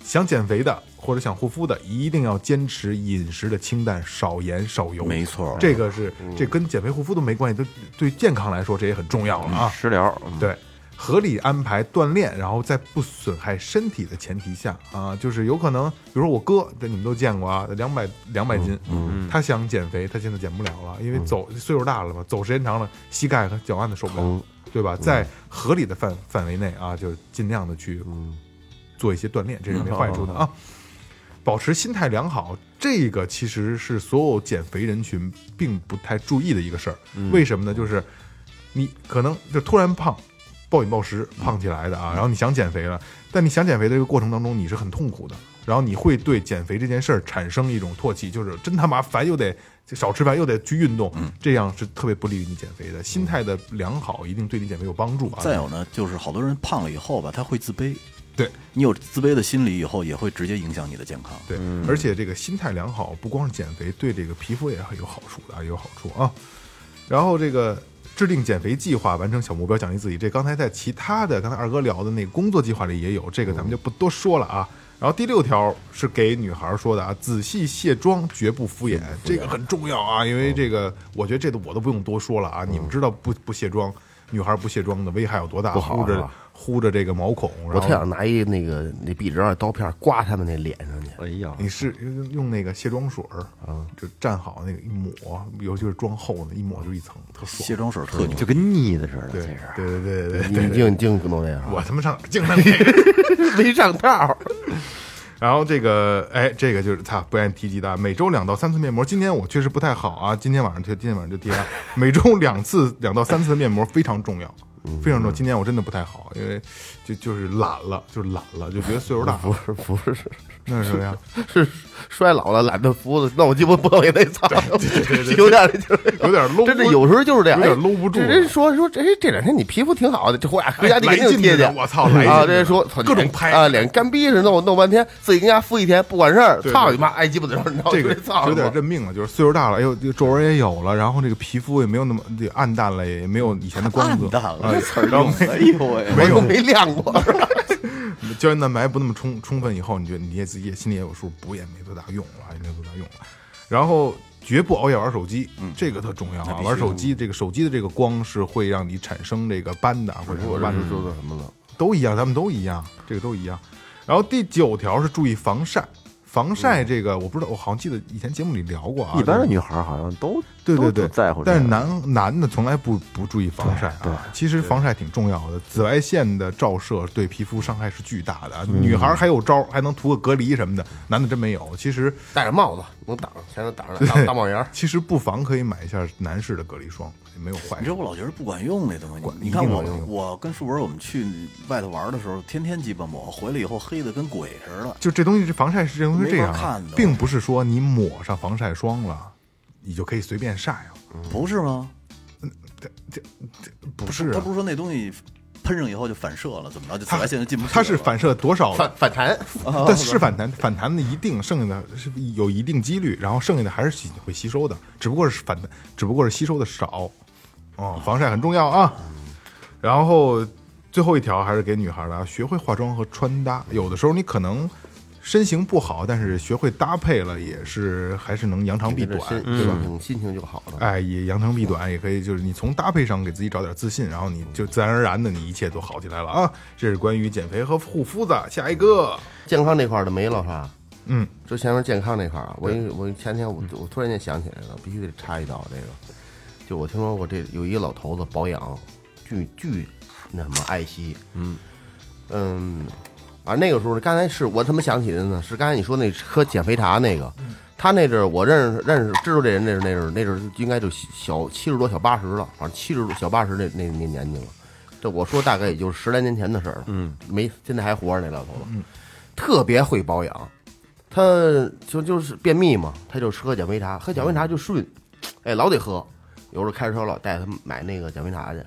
Speaker 3: 想减肥的或者想护肤的，一定要坚持饮食的清淡，少盐少油。
Speaker 5: 没错，嗯
Speaker 3: 这个是这跟减肥护肤都没关系，都对健康来说这也很重要了啊。
Speaker 7: 食疗。嗯
Speaker 3: 对，合理安排锻炼，然后在不损害身体的前提下啊，就是有可能，比如说我哥，这你们都见过啊，两百两百斤，他想减肥，他现在减不了了，因为走、岁数大了嘛，走时间长了，膝盖和脚腕子受不了，对吧？在合理的范范围内啊，就是尽量的去做一些锻炼，这是没坏处的啊。保持心态良好，这个其实是所有减肥人群并不太注意的一个事儿。为什么呢？就是你可能就突然胖，暴饮暴食胖起来的啊，然后你想减肥了，但你想减肥的这个过程当中，你是很痛苦的，然后你会对减肥这件事儿产生一种唾弃，就是真他妈烦，又得少吃饭，又得去运动，这样是特别不利于你减肥的。心态的良好一定对你减肥有帮助啊。
Speaker 5: 再有呢，就是好多人胖了以后吧，他会自卑。
Speaker 3: 对
Speaker 5: 你有自卑的心理以后，也会直接影响你的健康。
Speaker 3: 对，
Speaker 6: 嗯
Speaker 3: 而且这个心态良好，不光是减肥，对这个皮肤也很有好处的啊，有好处啊。然后这个制定减肥计划，完成小目标，奖励自己。这刚才在其他的刚才二哥聊的那个工作计划里也有，这个咱
Speaker 6: 嗯
Speaker 3: 们就不多说了啊。然后第六条是给女孩说的啊，仔细卸妆，绝不敷衍，这个很重要啊，因
Speaker 6: 嗯
Speaker 3: 为这个我觉得这个我都不用多说了啊，你们知道不不卸妆，女孩不卸妆的危害有多大，
Speaker 6: 不好
Speaker 3: 呼
Speaker 6: 是
Speaker 3: 着
Speaker 6: 吧
Speaker 3: 呼着这个毛孔，然
Speaker 6: 我
Speaker 3: 后
Speaker 6: 啊特想拿一那个那壁纸上的刀片刮他们那脸上去。
Speaker 7: 哎呀，
Speaker 3: 你是
Speaker 6: 嗯
Speaker 3: 用用那个卸妆水儿啊，就蘸好那个一抹，尤其是妆后呢，一抹就一层，特爽。
Speaker 5: 卸妆水特牛
Speaker 7: 就，跟腻的似的，
Speaker 3: 对
Speaker 7: 其实
Speaker 3: 对对对对对，
Speaker 6: 啊你净净弄这样，
Speaker 3: 我他妈上哪儿净那个？
Speaker 6: 没上套。
Speaker 3: 然后这个，哎，这个就是他不愿意提及的啊，每周两到三次面膜。今天我确实不太好啊，今天晚上就今天晚上就贴了，每周两次两到三次的面膜非常重要，
Speaker 6: 嗯
Speaker 3: 非常重要。今年我真的不太好，因为就就是懒了，就懒了，就觉得岁数大了。
Speaker 6: 不是不是，
Speaker 3: 那是什么 呀？
Speaker 6: 是衰老了，懒得服了，那我鸡巴不能给那操，有点儿就是
Speaker 3: 有点儿搂不
Speaker 6: 真是有时候就是这样，
Speaker 3: 有点
Speaker 6: 哎
Speaker 3: 搂不住
Speaker 6: 这人说说，哎，这两天你皮肤挺好的，这回回家你
Speaker 3: 哎
Speaker 6: 肯定
Speaker 3: 来
Speaker 6: 贴去
Speaker 3: 劲着。呢我操来劲
Speaker 6: 啊！
Speaker 3: 着
Speaker 6: 这人说操
Speaker 3: 各种
Speaker 6: 你
Speaker 3: 拍
Speaker 6: 啊，脸干逼似的，弄弄半天，自己跟家敷一天，不管事儿，
Speaker 3: 对
Speaker 6: 操
Speaker 3: 对
Speaker 6: 你妈，挨鸡巴的时候，你知道
Speaker 3: 这个
Speaker 6: 操
Speaker 3: 有点
Speaker 6: 这
Speaker 3: 认命了，就是岁数大了，哎呦，这个皱纹也有了，然后这个皮肤也没有那么这个暗淡了，也没有以前的光
Speaker 5: 暗
Speaker 3: 泽，
Speaker 5: 淡了，这词儿
Speaker 3: 然后
Speaker 5: 用的，哎呦喂，
Speaker 3: 没有
Speaker 6: 我都没亮过，
Speaker 3: 嗯胶原蛋白不那么充充分以后，你觉得你也自己也心里也有数，补也没多大用了，也没有多大用了。然后绝不熬夜玩手机，这个特重要啊！玩手机，这个手机的这个光是会让你产生这个斑的，或者说斑
Speaker 6: 说的什么了？
Speaker 3: 都一样，咱们都一样，这个都一样。然后第九条是注意防晒，防晒这个我不知道，我好像记得以前节目里聊过啊。
Speaker 7: 嗯一般的女孩好像都
Speaker 3: 对对
Speaker 7: 都
Speaker 3: 对
Speaker 7: 都在乎这
Speaker 3: 但
Speaker 7: 个，
Speaker 3: 是男男的从来不不注意防晒
Speaker 7: 对对
Speaker 3: 啊。其实防晒挺重要的，紫外线的照射对皮肤伤害是巨大的。啊女孩还有招儿，还能涂个隔离什么的，男的真没有。其实
Speaker 6: 戴着帽子能挡，全都挡啊着大大帽檐 儿。
Speaker 3: 其实不妨可以买一下男士的隔离霜，也没有坏
Speaker 5: 你知
Speaker 3: 处。
Speaker 5: 道我老觉得不管用那东西，你
Speaker 3: 一
Speaker 5: 看
Speaker 3: 定
Speaker 5: 我
Speaker 3: 管用
Speaker 5: 我跟树文我们去外头玩的时候，天天鸡巴抹，回来以后黑的跟鬼似的。
Speaker 3: 就这东西，这防晒是这东西是这样
Speaker 5: 没法看
Speaker 3: 的
Speaker 5: 的，
Speaker 3: 并不是说你抹上防晒霜了，你就可以随便晒啊。
Speaker 5: 不是吗？
Speaker 3: 不是
Speaker 5: 他
Speaker 3: 啊
Speaker 5: 不，是说那东西喷上以后就反射了，怎么着？就紫
Speaker 3: 它
Speaker 5: 外线就进不去了。
Speaker 3: 它是反射多少
Speaker 6: 反反弹，
Speaker 3: 但哦是反弹，反弹的一定，剩下的是有一定几率，然后剩下的还是吸会吸收的，只不过是反弹，只不过是吸收的少。哦，防晒很重要啊。然后最后一条还是给女孩的啊，学会化妆和穿搭。有的时候你可能身形不好，但是学会搭配了，也是还是能扬长避
Speaker 6: 这
Speaker 3: 短，
Speaker 6: 心
Speaker 3: 对吧？
Speaker 6: 心情心情就好了。
Speaker 3: 哎，也扬长避短，也可以，就是你从搭配上给自己找点自信，然后你就自然而然的你一切都好起来了啊！这是关于减肥和护肤的，下一个，
Speaker 6: 健康这块儿的没了哈。
Speaker 3: 嗯，
Speaker 6: 说前面健康这块儿啊，我一我前天我我突然间想起来了，必须得插一刀这个。就我听说过这有一个老头子保养巨巨那什么爱惜，嗯嗯，啊那个时候刚才是我怎么想起的呢？是刚才你说那喝减肥茶那个，他那阵儿我认识认识知道这人那阵儿那阵儿那阵儿应该就小七十多小八十了，反正七十多小八十那那那年纪了。这我说大概也就是十来年前的事儿了，嗯，没现在还活着那老头子，特别会保养。他就就是便秘嘛，他就吃喝减肥茶，喝减肥茶就顺，哎，老得喝。有时候开着车老带他买那个减肥茶去。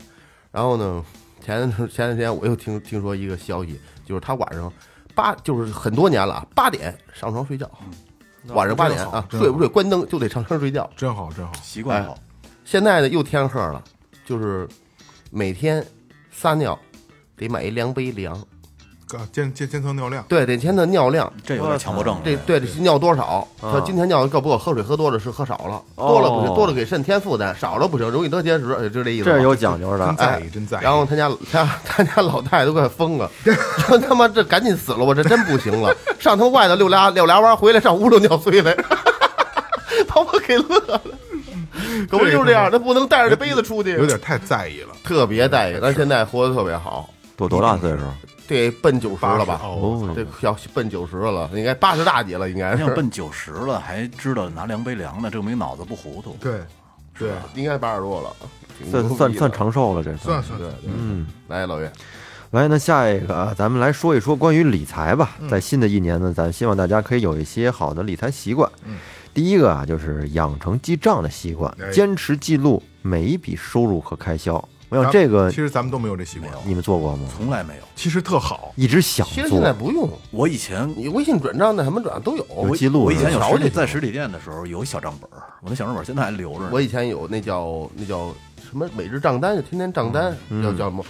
Speaker 6: 然后呢，前 前两天我又听听说一个消息，就是他晚上八，就是很多年了啊，八点上床睡觉，晚上八点啊，
Speaker 3: 真好
Speaker 6: 睡不睡关灯就得上床睡觉。
Speaker 3: 真好，真好。
Speaker 5: 习惯
Speaker 6: 哎
Speaker 5: 好，
Speaker 6: 现在呢又天黑了，就是每天撒尿得买一量杯量，
Speaker 3: 啊，监监监测尿量，
Speaker 6: 对，得先的尿量
Speaker 5: 这有点强迫症了。
Speaker 6: 这对这尿多少？他今天尿够不够？喝水喝多了是喝少了，多了不行，多了给肾添负担，少了不行，容易得结石，哎就这意思吧。哎
Speaker 7: 这是有讲究
Speaker 3: 真
Speaker 7: 的。
Speaker 3: 在意，真在意。
Speaker 6: 然后他家他他家老太太都快疯了，说他妈这赶紧死了，我这真不行了，上他外头溜俩溜俩弯儿回来上屋头尿碎来， 把我给乐了。可不就是这样，他不能带着这杯子出去，
Speaker 3: 有点太在意了，
Speaker 6: 特别待遇。但现在活得特别好，
Speaker 7: 多多大岁数？
Speaker 6: 这奔九十了吧？
Speaker 3: 80
Speaker 6: 嗯
Speaker 3: 哦
Speaker 6: 这要奔九十了，应该八十大几了，应该
Speaker 5: 人
Speaker 6: 是
Speaker 5: 要奔九十了，还知道拿量杯量呢，证明脑子不糊涂。
Speaker 3: 对，对，
Speaker 6: 应该八十多了，挺
Speaker 7: 算
Speaker 6: 牛逼
Speaker 7: 算
Speaker 6: 的
Speaker 7: 算长寿了，这
Speaker 3: 啊算算算，
Speaker 7: 嗯。
Speaker 6: 来，老岳，
Speaker 7: 来，那下一个啊，咱们来说一说关于理财吧。
Speaker 3: 嗯
Speaker 7: 在新的一年呢，咱希望大家可以有一些好的理财习惯。第一个啊，就是养成记账的习惯
Speaker 3: 嗯哎，
Speaker 7: 坚持记录每一笔收入和开销。我
Speaker 3: 咱
Speaker 7: 想这个
Speaker 3: 其实咱们都没有这习惯，
Speaker 7: 你们做过吗？
Speaker 5: 从来没有。
Speaker 3: 其实特好，
Speaker 7: 一直想
Speaker 6: 其实现
Speaker 7: 做，
Speaker 6: 在不用，
Speaker 5: 我以前
Speaker 6: 你微信转账那什么转都有。
Speaker 7: 有记录
Speaker 5: 我以前
Speaker 7: 是
Speaker 5: 有
Speaker 7: 吧
Speaker 5: 实体在实体店的时候有小账本儿，我那小账本儿现在还留着呢。
Speaker 6: 我以前有那叫那叫什么每日账单，就天天账单，叫叫什么？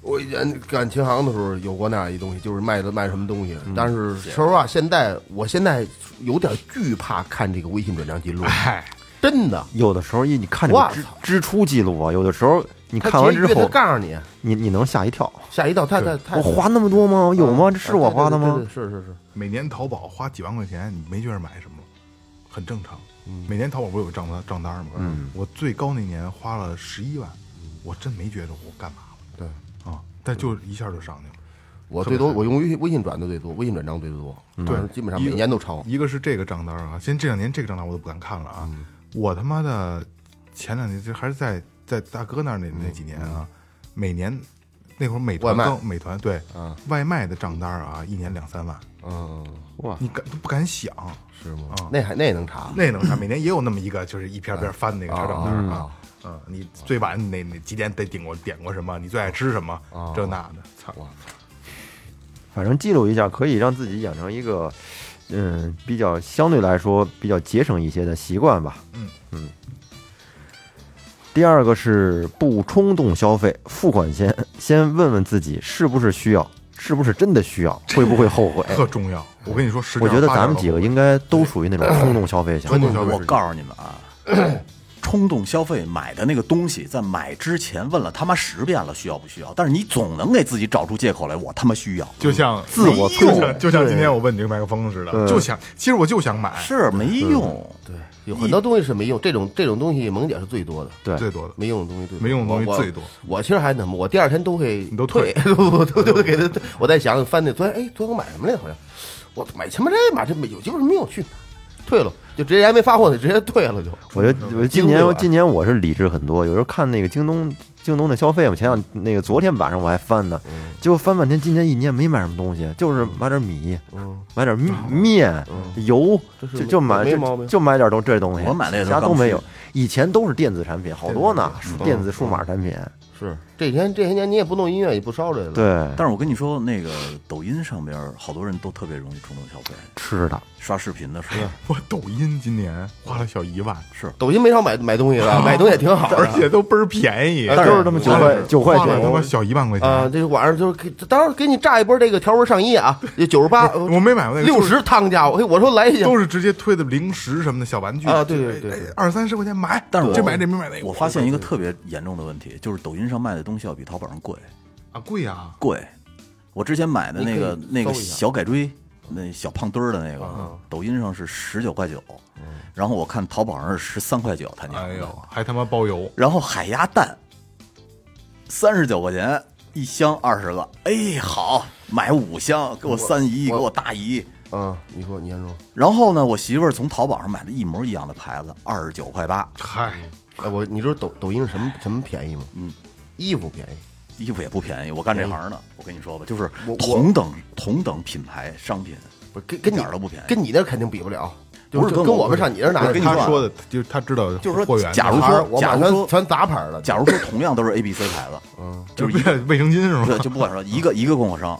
Speaker 6: 我以前干琴行的时候有过那样一东西，就是卖的卖什么东西。但是说实话，现在我现在有点惧怕看这个微信转账记录，
Speaker 3: 嗨，
Speaker 6: 真的。
Speaker 7: 有的时候一你看你的
Speaker 6: 哇
Speaker 7: 支
Speaker 6: 操
Speaker 7: 支出记录啊，有的时候你看完之
Speaker 6: 他节约
Speaker 7: 后
Speaker 6: 他，告诉你
Speaker 7: 你你能吓一跳，
Speaker 6: 吓一跳，太太太嗯
Speaker 7: 我
Speaker 6: 啊
Speaker 7: 花那么多吗？有吗？这是我花的
Speaker 6: 对对
Speaker 7: 吗
Speaker 6: 对？对是是是，
Speaker 3: 每年淘宝花几万块钱，你没觉得买什么了，很正常。
Speaker 6: 嗯
Speaker 3: 每年淘宝不是有账单账单吗？嗯，我最高那年花了十一万，我真没觉得我干嘛
Speaker 6: 对。
Speaker 3: 了啊，但就一下就上去了。
Speaker 6: 我
Speaker 3: 特别
Speaker 6: 最多
Speaker 3: 好
Speaker 6: 我用微信微信转的最多，微信转账最多，
Speaker 7: 嗯
Speaker 3: 对
Speaker 6: 基本上
Speaker 3: 一
Speaker 6: 每
Speaker 3: 个
Speaker 6: 年都超。
Speaker 3: 一个是这个账单啊，现在这两年这个账单我都不敢看了
Speaker 7: 嗯
Speaker 3: 啊。我他妈的前两年就还是在在大哥那儿那那几年
Speaker 7: 嗯
Speaker 3: 啊，每年那会儿美团
Speaker 6: 外卖
Speaker 3: 刚美团对、
Speaker 7: 嗯
Speaker 3: 外卖的账单啊，一年两三万，
Speaker 6: 嗯，
Speaker 3: 你敢都不敢想。
Speaker 6: 是吗
Speaker 3: 啊？
Speaker 6: 那还那也能查？
Speaker 3: 那能查？每年也有那么一个，就是一篇篇翻那个查账单
Speaker 6: 啊
Speaker 3: 啊。嗯，你最晚哪哪几点得顶过点过什么？你最爱吃什么？
Speaker 7: 哦
Speaker 3: 这那的，操！
Speaker 7: 反正记录一下，可以让自己养成一个，嗯，比较相对来说比较节省一些的习惯吧。
Speaker 3: 嗯
Speaker 7: 第二个是不冲动消费，付款前先问问自己是不是需要，是不是真的需要，会不会后悔？
Speaker 3: 特重要。我跟你说，十
Speaker 7: 哎我
Speaker 3: 点
Speaker 7: 觉得
Speaker 3: 八
Speaker 7: 咱
Speaker 3: 点
Speaker 7: 们
Speaker 3: 都
Speaker 7: 几个
Speaker 3: 不
Speaker 7: 应该都属于那种冲动消费型
Speaker 3: 冲动
Speaker 7: 的。
Speaker 3: 消费
Speaker 5: 我告诉你们啊，冲动消费买的那个东西，在买之前问了他妈十遍了，需要不需要？但是你总能给自己找出借口来，我他妈需要，
Speaker 3: 就像
Speaker 5: 自
Speaker 3: 就
Speaker 5: 我促
Speaker 3: 像就像今天我问你这个麦克风似的，就想其实我就想买，
Speaker 5: 是没用。
Speaker 6: 有很多东西是没用，这种这种东西萌姐是最多的，
Speaker 7: 对
Speaker 3: 最多的
Speaker 6: 没用的东西最多
Speaker 3: 没用的东西
Speaker 6: 我我
Speaker 3: 最多
Speaker 6: 我其实还那么，我第二天都会
Speaker 3: 你都退
Speaker 6: 退， 我都都给他。我在想翻那昨天，哎，昨天我买什么来着？好像我买什么这买这没有，就是没有去退了，就直接还没发货呢，直接退了就。
Speaker 7: 我觉得，我觉得今
Speaker 6: 几
Speaker 7: 年
Speaker 6: 乎没有啊
Speaker 7: 今年我是理智很多。有时候看那个京东京东的消费嘛，前两那个昨天晚上我还翻呢，
Speaker 6: 嗯
Speaker 7: 结果翻半天，今年一年没买什么东西，就是买点米，
Speaker 6: 嗯
Speaker 7: 买点面面、油，
Speaker 6: 这是
Speaker 7: 就就买
Speaker 6: 没毛
Speaker 7: 就
Speaker 6: 病
Speaker 7: 就买点东这东西。
Speaker 5: 我买那
Speaker 7: 其
Speaker 5: 都
Speaker 7: 他
Speaker 5: 刚
Speaker 7: 都没
Speaker 5: 需
Speaker 7: 有，以前都是电子产品，好多呢，数电
Speaker 6: 嗯
Speaker 7: 子数码产品。
Speaker 6: 是这几天这些年你也不弄音乐，也不烧这个，，
Speaker 7: 对，
Speaker 5: 但是我跟你说，那个抖音上边儿好多人都特别容易冲动消费，
Speaker 7: 吃的
Speaker 5: 刷视频的时候，
Speaker 3: 我抖音今年花了小一万，
Speaker 6: 抖音没少买买东西 了，买东西也挺好
Speaker 3: 而
Speaker 6: 的。
Speaker 3: 且都倍儿便宜，
Speaker 6: 但是
Speaker 7: 就是这么九块
Speaker 6: 哎
Speaker 7: 九块
Speaker 3: 花了他妈
Speaker 7: 九，
Speaker 3: 小一万块
Speaker 6: 啊、
Speaker 3: 钱。
Speaker 6: 这晚上就是给，到时候给你炸一波这个条纹上衣啊，九十八，
Speaker 3: 我没买过那个，
Speaker 6: 六
Speaker 3: 就是
Speaker 6: 十烫家伙，嘿我说来一件，
Speaker 3: 都是直接推的零食什么的小玩具
Speaker 6: 啊对对对
Speaker 3: 哎哎二三十块钱买，
Speaker 5: 但是我
Speaker 3: 这买这没买那个，
Speaker 5: 哎我发现一个特别严重的问题，就是抖音上卖的东西要比淘宝上贵
Speaker 3: 啊贵啊，
Speaker 5: 贵。我之前买的那个
Speaker 6: 你可以
Speaker 5: 那个
Speaker 6: 搜一下嗯
Speaker 5: 小改锥，那小胖墩儿的那个，抖音上是十九块九，然后我看淘宝上是十三块九，他娘
Speaker 3: 哎
Speaker 5: 的
Speaker 3: 呦，还他妈包邮，
Speaker 5: 然后海鸭蛋三十九块钱一箱，二十个，哎，好，买五箱，给我三姨，给我大姨。
Speaker 6: 嗯，你说你先说，
Speaker 5: 然后呢，我媳妇儿从淘宝上买的一模一样的牌子，二十九块八，
Speaker 3: 嗨，
Speaker 6: 哎，我你知道抖抖音是什么什么便宜吗？
Speaker 5: 嗯，
Speaker 6: 衣服便宜。
Speaker 5: 衣服也不便宜。我干这行呢，我跟你说吧，就是
Speaker 6: 哎我我
Speaker 5: 同等同等品牌商品，
Speaker 6: 不是跟跟
Speaker 5: 一
Speaker 6: 你
Speaker 5: 点儿都不便宜
Speaker 6: 跟你那肯定比不了，就
Speaker 5: 不是
Speaker 6: 跟
Speaker 5: 跟
Speaker 6: 跟
Speaker 5: 我
Speaker 6: 我们上你那儿拿
Speaker 5: 我
Speaker 6: 的
Speaker 5: 跟你
Speaker 3: 他
Speaker 5: 说啊
Speaker 3: 说的就是他知道，
Speaker 5: 就是说
Speaker 3: 货源的，
Speaker 5: 假如
Speaker 6: 牌
Speaker 5: 说
Speaker 6: 儿，我
Speaker 5: 假
Speaker 6: 买
Speaker 5: 如
Speaker 6: 全
Speaker 5: 说
Speaker 6: 全杂牌儿的，
Speaker 5: 假如说同样都是 A B C 牌子，
Speaker 6: 嗯
Speaker 3: 就是卫生巾是
Speaker 5: 对，
Speaker 3: 吗？
Speaker 5: 就不管说一个一 个供货商，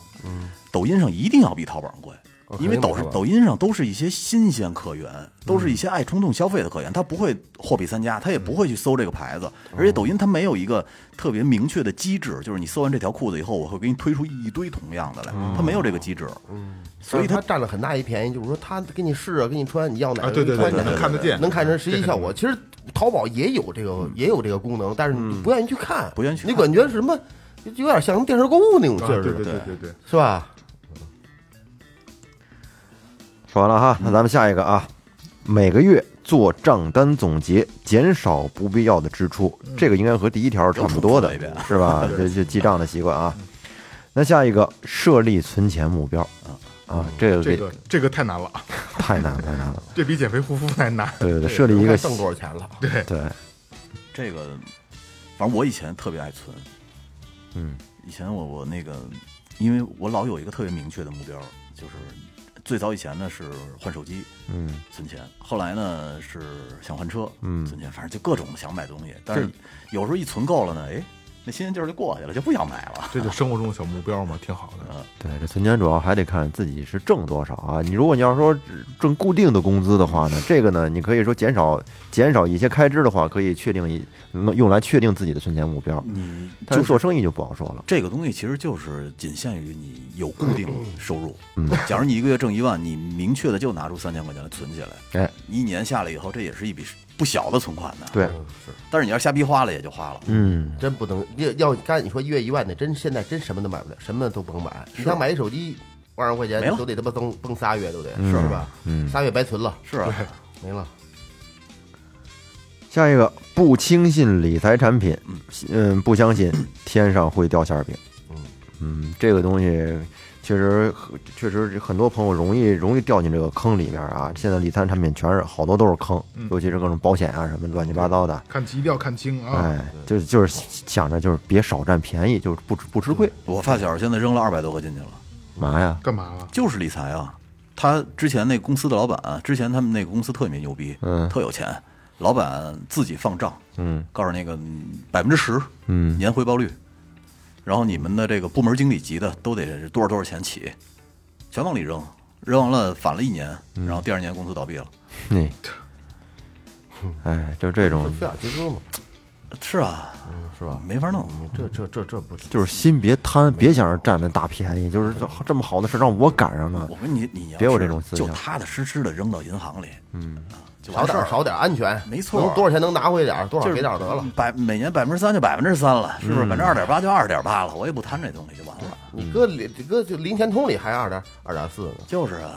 Speaker 5: 抖音上一定要比淘宝上贵，因为抖
Speaker 6: 嗯哦肯定比淘宝
Speaker 5: 抖音上都是一些新鲜客源，都是一些爱冲动消费的客源，他不会货比三家，他
Speaker 6: 嗯
Speaker 5: 也不会去搜这个牌
Speaker 6: 哦
Speaker 5: 子，而且抖音它没有一个特别明确的机制，就是你搜完这条裤子以后，我会给你推出一堆同样的来，
Speaker 6: 嗯
Speaker 5: 它没有这个机制，所以
Speaker 6: 他
Speaker 5: 它
Speaker 6: 占了很大一便宜，就是说他给你试啊，给你穿，你要哪
Speaker 3: 啊，
Speaker 6: 个
Speaker 3: 对对
Speaker 6: 穿
Speaker 3: 对，
Speaker 6: 哪
Speaker 3: 你
Speaker 6: 个
Speaker 3: 能看得见，
Speaker 6: 能看成实际
Speaker 3: 这
Speaker 6: 效
Speaker 3: 肯定
Speaker 6: 果。其实淘宝也有这个也有这个功能，但是你不愿意去看，
Speaker 5: 不愿意去
Speaker 6: 你
Speaker 5: 看
Speaker 6: 感觉是什么有点像电视购物那种劲
Speaker 3: 啊
Speaker 6: 儿
Speaker 3: 对
Speaker 6: 似
Speaker 3: 对
Speaker 6: 的，
Speaker 3: 对对对，
Speaker 6: 是吧？
Speaker 7: 说完了哈，那咱们下一个啊，每个月做账单总结，减少不必要的支出，这个应该和第一条是差不多的
Speaker 5: 又重复了一遍，
Speaker 7: 是吧？这这记账的习惯啊。那下一个设立存钱目标啊，这个
Speaker 3: 这
Speaker 7: 给
Speaker 3: 个这个太难了，
Speaker 7: 太难了太难了，
Speaker 3: 这比减肥护肤还难。
Speaker 7: 对对对，设立一
Speaker 6: 该
Speaker 7: 个
Speaker 6: 挣多少钱了？
Speaker 3: 对，
Speaker 7: 对，
Speaker 5: 这个，反正我以前特别爱存，
Speaker 7: 嗯，
Speaker 5: 以前我我那个，因为我老有一个特别明确的目标，就是最早以前呢是换手机，
Speaker 7: 嗯，
Speaker 5: 存钱，后来呢是想换车，
Speaker 7: 嗯
Speaker 5: 存钱，反正就各种想买东西，但是有时候一存够了呢，哎，那新鲜劲儿就过去了，就不想买 了。
Speaker 3: 这就生活中的小目标嘛，挺好的。
Speaker 7: 对，这存钱主要还得看自己是挣多少啊。你如果你要说只挣固定的工资的话呢，这个呢，你可以说减少减少一些开支的话，可以确定一能用来确定自己的存钱目标。
Speaker 5: 你
Speaker 7: 嗯但
Speaker 5: 就是
Speaker 7: 做
Speaker 5: 是
Speaker 7: 生意就不好说了。
Speaker 5: 这个东西，其实就是仅限于你有固定收入。嗯，假如你一个月挣一万，你明确的就拿出三千块钱来存起来，
Speaker 7: 哎，
Speaker 5: 一年下来以后，这也是一笔不小的存款呢。
Speaker 7: 对，
Speaker 5: 但是你要瞎逼花了，也就花了。
Speaker 7: 嗯，
Speaker 6: 真不能要要刚才你说一月一万的，真现在真什么都买不了，什么都甭买。你想买一手机，万二块钱
Speaker 5: 没了
Speaker 6: 你都得他妈崩崩仨月都得，是吧？
Speaker 7: 嗯
Speaker 6: 仨月白存了，
Speaker 5: 是啊，
Speaker 6: 没了。
Speaker 7: 下一个不轻信理财产品，嗯，不相信天上会掉馅儿饼，嗯，这个东西确实确实很多朋友容易容易掉进这个坑里边啊。现在理财产品全是好多都是坑，尤其是各种保险啊什么乱七八糟的，
Speaker 3: 看一定要看清啊！
Speaker 7: 哎，就是就是想着就是别少占便宜，就是不吃不吃亏，
Speaker 5: 我发小现在扔了二百多个进去了，
Speaker 7: 嘛呀？
Speaker 3: 干嘛了？
Speaker 5: 就是理财啊。他之前那公司的老板，之前他们那个公司特别牛逼，
Speaker 7: 嗯
Speaker 5: 特有钱，老板自己放账，
Speaker 7: 嗯，
Speaker 5: 告诉那个百分之十，
Speaker 7: 嗯
Speaker 5: 年回报率，然后你们的这个部门经理级的都得是多少多少钱起，全往里扔，扔完了反了一年，
Speaker 7: 嗯
Speaker 5: 然后第二年公司倒闭了。
Speaker 7: 那，哎，就这种
Speaker 6: 非法集资嘛，
Speaker 5: 是啊，
Speaker 7: 嗯
Speaker 6: 是吧？
Speaker 5: 没法弄。
Speaker 6: 这这这这不行，
Speaker 7: 就是心别贪，别想着占那大便宜，就是这这么好的事让我赶上了
Speaker 5: 我。跟你，你要
Speaker 7: 嗯别有这
Speaker 5: 是
Speaker 7: 种思
Speaker 5: 就
Speaker 7: 想
Speaker 5: 踏踏实实的扔到银行里，嗯，就
Speaker 6: 少
Speaker 5: 完事
Speaker 6: 点儿
Speaker 5: 儿了，
Speaker 6: 少点儿安全，
Speaker 5: 没错
Speaker 6: 能多少钱能拿回点儿，多
Speaker 5: 就
Speaker 6: 少
Speaker 5: 是
Speaker 6: 给点儿得了。
Speaker 5: 百每年百分之三就百分之三了，是不是？百分之二点八就二点八了，我也不贪这东西就完了。
Speaker 6: 你搁里你搁就零钱桶里还二点二点四呢，
Speaker 5: 就是啊，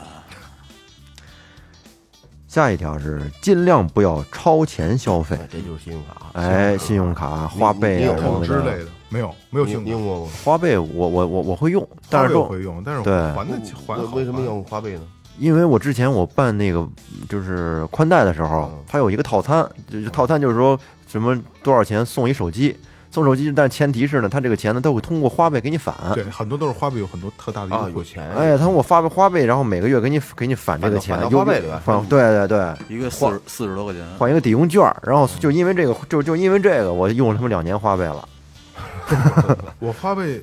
Speaker 7: 下一条是尽量不要超前消费，
Speaker 6: 哎这就是信用卡。
Speaker 7: 哎，信用卡、花呗
Speaker 6: 你
Speaker 7: 啊
Speaker 6: 有
Speaker 7: 什么
Speaker 3: 透支
Speaker 7: 的。
Speaker 3: 类的没有没有
Speaker 6: 你
Speaker 3: 信
Speaker 6: 你用
Speaker 3: 用
Speaker 6: 过吗？
Speaker 7: 花呗我我我我会用，但是
Speaker 3: 我
Speaker 7: 说
Speaker 3: 会用，但是
Speaker 7: 对
Speaker 3: 我还的起还
Speaker 6: 我
Speaker 3: 好
Speaker 6: 为什么
Speaker 3: 还
Speaker 6: 用花呗呢？
Speaker 7: 因为我之前我办那个就是宽带的时候，
Speaker 6: 嗯
Speaker 7: 它有一个套餐，就是套餐就是说什么多少钱送一手机，送手机，但前提是呢，它这个钱呢都会通过花呗给你返。
Speaker 3: 对，很多都是花呗有很多特大的
Speaker 6: 啊，
Speaker 3: 优
Speaker 6: 有
Speaker 3: 惠，
Speaker 6: 钱呀。
Speaker 7: 哎，他我发花呗，然后每个月给你给你返这个钱
Speaker 6: 返，到
Speaker 7: 又
Speaker 6: 花呗里边
Speaker 7: 返对对对，
Speaker 5: 一个四十四十多块钱，
Speaker 7: 换一个抵用券儿，然后就因为这个，就就因为这个，我用了他们两年花呗了。
Speaker 3: 我花呗，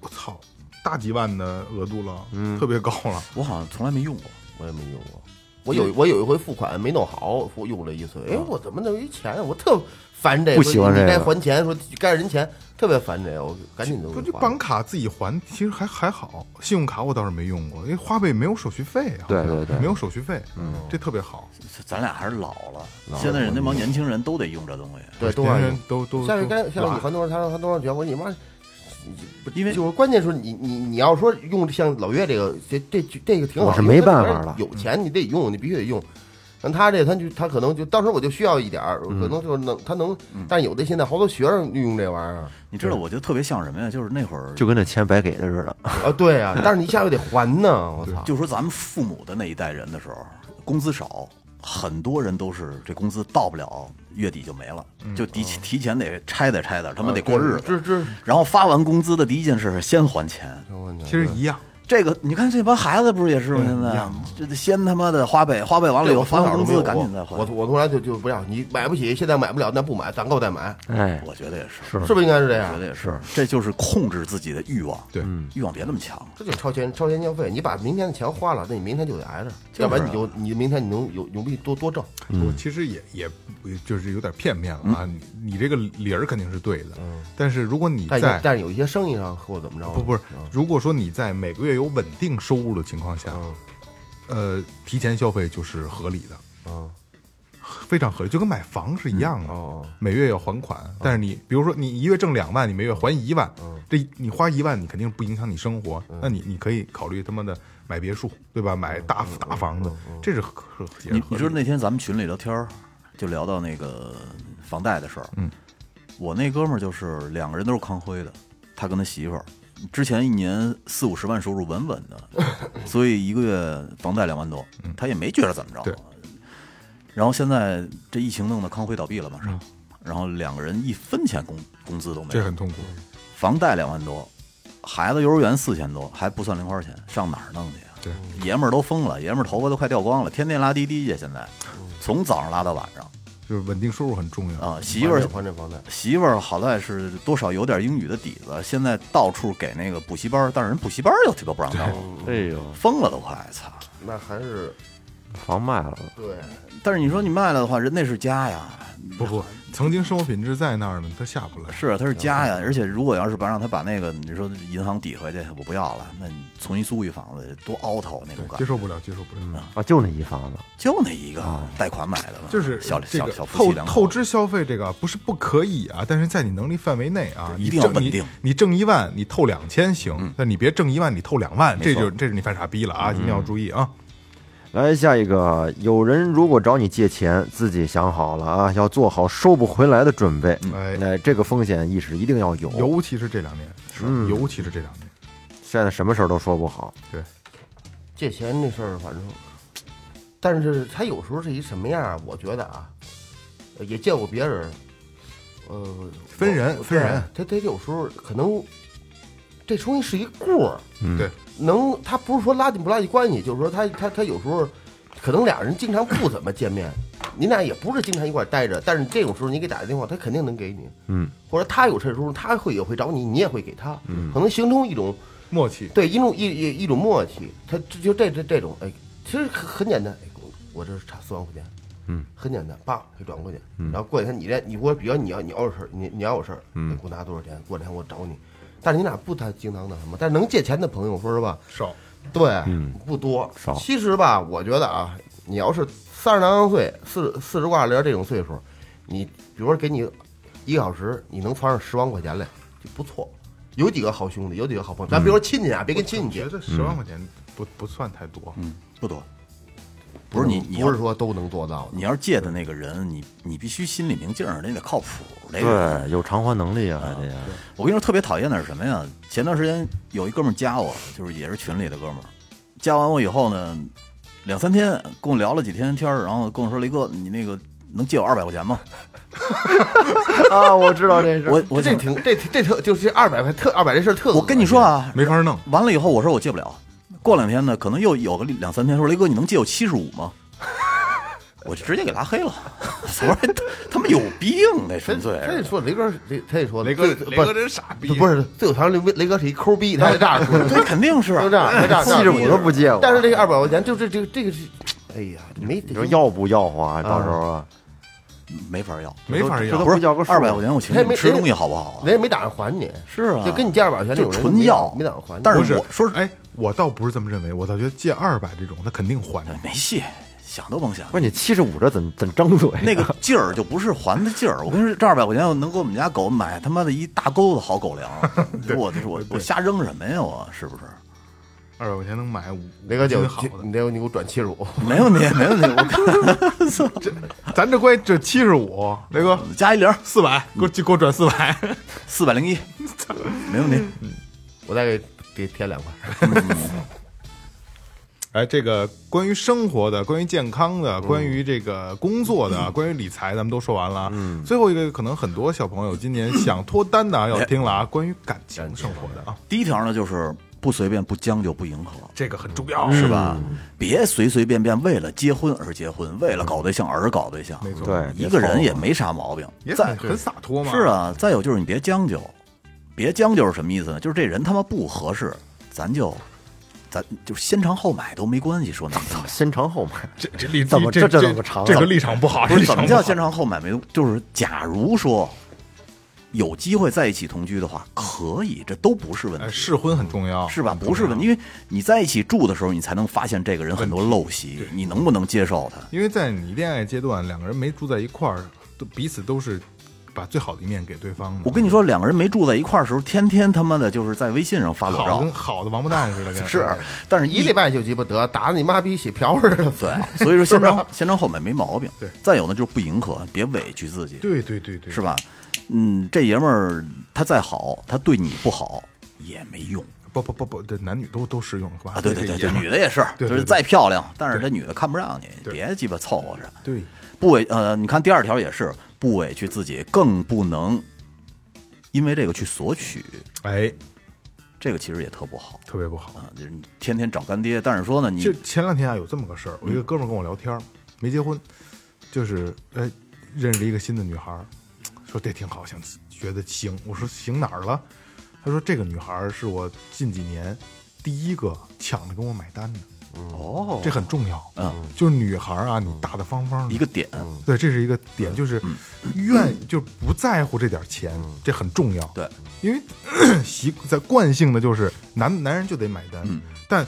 Speaker 3: 我操，大几万的额度了，
Speaker 7: 嗯
Speaker 3: 特别高了。
Speaker 5: 我好像从来没用过。
Speaker 6: 我也没用过。我有我有一回付款没弄好，付用了一次，哎，我怎么弄一钱啊？我特烦这个，
Speaker 7: 不喜欢
Speaker 6: 说
Speaker 7: 这个
Speaker 6: 你该还钱，说该人钱，特别烦这个，我赶紧就
Speaker 3: 不，
Speaker 6: 给
Speaker 3: 这
Speaker 6: 还
Speaker 3: 办卡自己还其实还还好，信用卡我倒是没用过，因为花呗没有手续费啊。
Speaker 7: 对对对
Speaker 3: 没有手续费，嗯，这特别好。
Speaker 5: 咱俩还是老了，现在人家帮年轻人都得用这东西。
Speaker 6: 对多
Speaker 3: 年
Speaker 6: 少
Speaker 3: 轻
Speaker 6: 人
Speaker 3: 人？都都
Speaker 6: 下回
Speaker 3: 都
Speaker 6: 该下回
Speaker 3: 懒
Speaker 6: 你还多少？他说还多少钱？我说你妈，
Speaker 5: 因为
Speaker 6: 就是关键是你你你要说用像老岳这个这这这个挺好，
Speaker 7: 我是没办法了
Speaker 6: 有
Speaker 5: 嗯
Speaker 6: 钱你得用，你必须得用。像他这，他就他可能就到时候我就需要一点儿，
Speaker 5: 嗯
Speaker 6: 可能就是能他能，但有的现在好多学生用这玩意儿啊
Speaker 5: 你知道，我就特别像什么呀？就是那会儿，
Speaker 7: 就跟那钱白给的似的，
Speaker 6: 啊，对啊，但是你下回得还呢，我操，
Speaker 5: 就说咱们父母的那一代人的时候，工资少，很多人都是这工资到不了月底就没了，就提提前得拆点拆点，
Speaker 6: 啊
Speaker 5: 他们得过日
Speaker 6: 这这
Speaker 5: 子。然后发完工资的第一件事是先还钱。
Speaker 3: 其实一样，
Speaker 5: 这个你看这帮孩子不是也是吗？现
Speaker 3: 一
Speaker 5: 在
Speaker 3: 样
Speaker 5: 这得先他妈的花呗，花呗完了以后发完工资赶紧再还
Speaker 6: 我。我从来就就不要，你买不起，现在买不了，那不买，攒够再买，
Speaker 7: 哎，
Speaker 5: 我觉得也是，
Speaker 6: 是不是应该是这
Speaker 5: 我觉
Speaker 6: 样
Speaker 5: 得？也是，这就是控制自己的欲望。
Speaker 3: 对，
Speaker 5: 欲望别那么强。
Speaker 6: 这就是超前超前消费，你把明天的钱花了，那你明天就得挨着，
Speaker 5: 就是啊
Speaker 6: 要不然你就你明天你能有有力多多挣。
Speaker 3: 我其实也也就是有点片面了啊。你你这个理儿肯定是对的，但是如果你
Speaker 6: 但有
Speaker 3: 在
Speaker 6: 但是有一些生意上或者怎么着，
Speaker 3: 不不是，如果说你在每个月有稳定收入的情况下，
Speaker 6: 嗯
Speaker 3: 呃，提前消费就是合理的，
Speaker 6: 嗯哦
Speaker 3: 非常合理，就跟买房是一样的，每月要还款，但是你比如说你一月挣两万，你每月还一万，这你花一万，你肯定不影响你生活，那你你可以考虑他妈的买别墅，对吧？买大大房子，这是合合也是
Speaker 5: 你
Speaker 3: 合理
Speaker 5: 你知道
Speaker 3: 的
Speaker 5: 那天咱们群里聊天儿，就聊到那个房贷的事儿。
Speaker 3: 嗯，
Speaker 5: 我那哥们儿就是两个人都是康辉的，他跟他媳妇儿之前一年四五十万收入稳稳 的，所以一个月房贷两万多，他也没觉得怎么着。
Speaker 3: 嗯对
Speaker 5: 然后现在这疫情弄得康辉倒闭了，马上，然后两个人一分钱工工资都没
Speaker 3: 嗯这
Speaker 5: 有
Speaker 3: 很，痛苦，
Speaker 5: 房贷两万多，孩子幼儿园四千多，还不算零花钱，上哪儿弄去啊？
Speaker 3: 对。
Speaker 5: 爷们儿都疯了，爷们儿头发都快掉光了，天天拉滴滴去，现在
Speaker 3: 嗯
Speaker 5: 从早上拉到晚上
Speaker 3: 就是稳定收入很重要。
Speaker 5: 啊。媳妇儿
Speaker 6: 还这房贷，
Speaker 5: 媳妇儿好在是多少有点英语的底子，现在到处给那个补习班儿，但是人补习班儿又鸡巴不让上了，
Speaker 7: 哎呦，
Speaker 5: 疯了都快，操！
Speaker 6: 那还是
Speaker 7: 房卖了，
Speaker 6: 对，
Speaker 5: 但是你说你卖了的话，人那是家呀，
Speaker 3: 不不，曾经生活品质在那儿呢，他下不来。
Speaker 5: 是啊，他是家呀，而且如果要是把让他把那个你说银行抵回去，我不要了，那你重新租一房子多凹头那种感
Speaker 3: 接
Speaker 5: 觉，
Speaker 3: 受不了，接受不
Speaker 5: 嗯
Speaker 3: 了。
Speaker 7: 啊，就那一房子，
Speaker 5: 就那一个贷款买的嘛，
Speaker 3: 啊就是
Speaker 5: 小
Speaker 3: 这
Speaker 5: 小
Speaker 3: 个
Speaker 5: 小夫
Speaker 3: 透
Speaker 5: 妻两口
Speaker 3: 透支消费这个不是不可以啊，但是在你能力范围内啊，
Speaker 5: 对
Speaker 3: 你
Speaker 5: 一定要
Speaker 3: 挣
Speaker 5: 稳
Speaker 3: 你
Speaker 5: 定嗯
Speaker 3: 你挣一万，你透两千行，但你别挣一万，你透两万，这
Speaker 5: 错嗯
Speaker 3: 就这是你犯傻逼了啊！一定要注意啊！
Speaker 7: 来下一个，有人如果找你借钱，自己想好了啊，要做好收不回来的准备。
Speaker 5: 嗯
Speaker 3: 哎
Speaker 7: 哎，这个风险意识一定要有。
Speaker 3: 尤其是这两年，是尤其是这两年，
Speaker 7: 现在什么事儿都说不好。
Speaker 6: 借钱这事儿，反正，但是他有时候是一什么样啊？我觉得啊，呃也见过别人，呃，
Speaker 3: 分人
Speaker 6: 我
Speaker 3: 分人，
Speaker 6: 对他他有时候可能这东西是一过儿，
Speaker 5: 嗯
Speaker 3: 对，
Speaker 6: 能他不是说拉近不拉近关系，就是说他他他有时候可能俩人经常不怎么见面，你俩也不是经常一块儿待着，但是这种时候你给打个电话，他肯定能给你，嗯，或者他有事儿的时候他会也会找你，你也会给他，嗯，可能形成一种。
Speaker 3: 默契。
Speaker 6: 对一种一一一种默契，他就就这这这种，哎，其实很很简单，哎，我我这差四万块钱，嗯，很简单，叭就转过去，然后过几天你这你我比如你要你要有事儿，你你要有事儿，你给我拿多少钱，过两天我找你，但是你俩不太经常那什么，但是能借钱的朋友，说实话，
Speaker 3: 少，
Speaker 6: 对，
Speaker 3: 嗯
Speaker 6: 不多。
Speaker 7: 少
Speaker 6: 其实吧，我觉得啊，你要是三十来岁、四四十挂零这种岁数，你比如说给你一个小时，你能攒上十万块钱来，就不错。有几个好兄弟，有几个好朋友，咱
Speaker 3: 嗯
Speaker 6: 别说亲戚啊，别跟亲
Speaker 3: 我
Speaker 6: 戚借
Speaker 3: 觉，得
Speaker 5: 嗯
Speaker 3: 十万块钱不不算太多，
Speaker 5: 不多。不是你，你
Speaker 6: 不
Speaker 5: 要
Speaker 6: 是说都能做到的。
Speaker 5: 你要是借的那个人，你你必须心里明镜儿，你得靠谱那个。
Speaker 7: 对，有偿还能力啊，这个
Speaker 5: 我跟你说，特别讨厌的是什么呀？前段时间有一哥们儿加我，就是也是群里的哥们儿，加完我以后呢，两三天跟我聊了几天天儿，然后跟我说雷哥，你那个能借我二百块钱吗？
Speaker 7: 啊，我知道这事。
Speaker 5: 我我
Speaker 6: 这挺这这特就是二百块特二百这事儿特恶心。
Speaker 5: 我跟你说啊，
Speaker 3: 没法弄。
Speaker 5: 完了以后我说我借不了，过两天呢，可能又有个两三天说雷哥，你能借我七十五吗？ 我就直接给拉黑了， 我说他他们有病那
Speaker 6: 真
Speaker 5: 纯粹是。
Speaker 6: 他得说雷哥是，雷他得说
Speaker 3: 雷哥，
Speaker 6: 最
Speaker 3: 雷哥
Speaker 6: 不
Speaker 3: 真傻逼，
Speaker 6: 不不是最有条件，雷雷哥是一抠逼，他得这样说，
Speaker 5: 对，肯定是
Speaker 6: 就这样，就这 样，
Speaker 7: 七十五都不借我，
Speaker 6: 但是这个二百块钱，就这这个这个是，哎呀，没
Speaker 7: 你说要不要啊？到时候啊，
Speaker 5: 没法要，
Speaker 3: 没法
Speaker 7: 这
Speaker 3: 要
Speaker 7: 都。
Speaker 5: 不
Speaker 7: 不
Speaker 5: 是
Speaker 7: 叫个数
Speaker 5: 二百块钱，我请你们吃
Speaker 6: 人家
Speaker 5: 东西好不好啊？
Speaker 6: 人也没打算还你，
Speaker 5: 是啊，
Speaker 6: 就跟你借二百块钱那种人
Speaker 5: 就纯要
Speaker 6: 没打算还你。
Speaker 5: 但
Speaker 3: 不
Speaker 5: 是
Speaker 3: 是
Speaker 5: 我，说是
Speaker 3: 哎，我倒不是这么认为，我倒觉得借二百这种，他肯定还你。
Speaker 5: 哎没戏，想都甭想
Speaker 7: 不。是你七十五这怎怎张嘴？
Speaker 5: 啊
Speaker 7: 啊
Speaker 5: 那个劲儿就不是还的劲儿，我跟你说，这二百块钱我能给我们家狗买他妈的一大钩子好狗粮，我我我瞎扔什么呀？我是不是？
Speaker 3: 二百块钱能买五
Speaker 6: 雷哥
Speaker 3: 五
Speaker 6: 就
Speaker 3: 斤好的，
Speaker 6: 你得你给我转七十五，
Speaker 5: 没问题，没问题，我
Speaker 3: 咱这关系这七十五，雷哥
Speaker 5: 加一零，
Speaker 3: 四百，给我嗯给我转四百，
Speaker 5: 四百零一，没问题。
Speaker 6: 我再给给添两块。
Speaker 3: 哎，这个关于生活的、关于健康的、关于这个工作的、关于理财，咱们都说完了。嗯，最后一个可能很多小朋友今年想脱单的啊要听了啊，关于感情生活的啊，
Speaker 5: 第一条呢，就是不随便、不将就、不迎合。
Speaker 3: 这个很重要，
Speaker 5: 是？吧？别随随便便为了结婚而结婚，为了搞对象而搞对象。没错，
Speaker 7: 对，
Speaker 5: 一个人也没啥毛病。
Speaker 3: 也
Speaker 5: 再
Speaker 3: 很很洒脱嘛。
Speaker 5: 是，啊，再有就是你别将就，别将就是什么意思呢？就是这人他妈不合适，咱就咱就是先尝后买都没关系。说难听点
Speaker 7: 先尝后买，
Speaker 3: 这这立
Speaker 7: 怎么
Speaker 3: 这
Speaker 7: 这这怎么长啊
Speaker 3: 这个立场不 好，
Speaker 5: 不是
Speaker 3: 这
Speaker 5: 怎么
Speaker 3: 立场
Speaker 5: 叫
Speaker 3: 不好
Speaker 5: 先尝后买没？就是假如说有机会在一起同居的话，可以，这都不是问
Speaker 3: 哎，哦
Speaker 5: 题。
Speaker 3: 试婚很重要，
Speaker 5: 是吧？不是问题，因为你在一起住的时候，你才能发现这个人很多陋习，你能不能接受他？
Speaker 3: 因为在你恋爱阶段，两个人没住在一块儿，都彼此都是把最好的一面给对方的。
Speaker 5: 我跟你说，两个人没住在一块儿的时候，天天他妈的就是在微信上发裸
Speaker 3: 好的跟
Speaker 5: 照，
Speaker 3: 好的王八蛋似的，跟
Speaker 5: 是，但是
Speaker 6: 一礼拜就鸡巴得打你妈逼血瓢似的，
Speaker 5: 对，所以 说先尝先尝后买没毛病。
Speaker 3: 啊对
Speaker 5: 再有呢就是不迎合，别委屈自己，
Speaker 3: 对对对对，
Speaker 5: 是吧？嗯，这爷们儿他再好，他对你不好也没用
Speaker 3: 不不不不，这男女都都适用是吧？
Speaker 5: 啊。对对对
Speaker 3: 这
Speaker 5: 对，
Speaker 3: 个也
Speaker 5: 女的也是，
Speaker 3: 对对
Speaker 5: 就是
Speaker 3: 对
Speaker 5: 再漂亮，但是这女的看不上你，别鸡巴凑合着。
Speaker 3: 对，
Speaker 5: 不委呃，你看第二条也是不委屈自己，更不能因为这个去索取，
Speaker 3: 哎，
Speaker 5: 这个其实也特不好。
Speaker 3: 特别不好。
Speaker 5: 啊，就是你天天找干爹，但是说呢，你嗯
Speaker 3: 就前两天啊，有这么个事儿，我一个哥们儿跟我聊天儿，没结婚，就是哎，认识一个新的女孩儿，说这挺好，想觉得行。我说行哪儿了？他说这个女孩儿是我近几年第一个抢着跟我买单的，
Speaker 5: 哦，
Speaker 3: 这很重要。
Speaker 5: 嗯，
Speaker 3: 就是女孩儿啊，你大大方方的
Speaker 5: 一个点，
Speaker 3: 对，这是一个点，就是
Speaker 5: 嗯
Speaker 3: 愿就不在乎这点钱，这很重要。
Speaker 5: 对，
Speaker 3: 因为 咳习在惯性的就是男男人就得买单，
Speaker 5: 嗯
Speaker 3: 但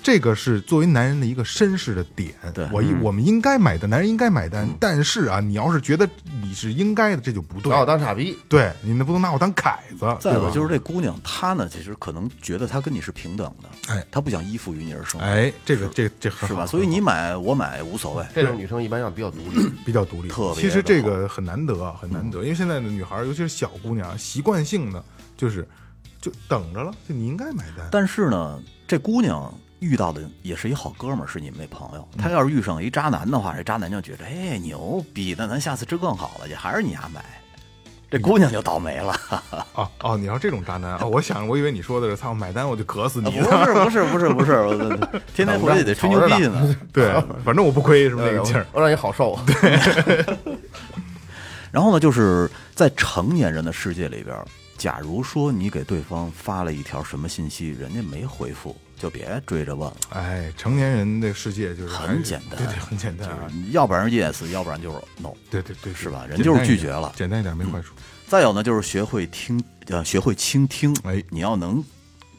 Speaker 3: 这个是作为男人的一个绅士的点。
Speaker 5: 对嗯
Speaker 3: 我一我们应该买单，男人应该买单。但是啊，你要是觉得你是应该的，这就不对
Speaker 6: 把。我当傻逼。
Speaker 3: 对，你那不能拿我当凯子，对
Speaker 5: 再有
Speaker 3: 吧？
Speaker 5: 就是这姑娘，她呢，其实可能觉得她跟你是平等的，
Speaker 3: 哎
Speaker 5: 她不想依附于你而生，，
Speaker 3: 哎，这个这这很
Speaker 5: 是
Speaker 3: 好
Speaker 5: 吧？所以你买我买无所谓，
Speaker 6: 这种女生一般要比较独 立，
Speaker 3: 比较独立
Speaker 5: 特。别嗯
Speaker 3: 其实
Speaker 5: 的
Speaker 3: 这个很难得，啊很难得，因为现在的女孩儿，尤其是小姑娘，习惯性的就是就等着了，就你应该买单。
Speaker 5: 但是呢，这姑娘遇到的也是一好哥们儿，是你们那朋友。
Speaker 3: 嗯
Speaker 5: 她要是遇上一渣男的话，这渣男就觉得，哎，牛逼，那咱下次吃更好了去，还是你家买，这姑娘就倒霉了。
Speaker 3: 哦哦，你要这种渣男 啊、哦我想我以为你说的是操买单我就渴死
Speaker 5: 不
Speaker 3: 你，
Speaker 5: 是 不是不是不是，我 天天回去得吹牛逼呢。
Speaker 3: 对， 反正我不亏，是不是那个劲儿？
Speaker 6: 我让你好受。
Speaker 5: 然后呢，就是在成年人的世界里边儿，假如说你给对方发了一条什么信息，人家没回复，就别追着问了，
Speaker 3: 哎，成年人的世界就是还是
Speaker 5: 很简单
Speaker 3: 对对，很简单啊，
Speaker 5: 要不然 yes，要不然就是 no。
Speaker 3: 对对对，
Speaker 5: 是吧
Speaker 3: 对
Speaker 5: 人就是拒绝了嗯
Speaker 3: 简单一点简单一点没坏处。
Speaker 5: 再有呢，就是学会听，呃，学会倾听。
Speaker 3: 哎
Speaker 5: 你要能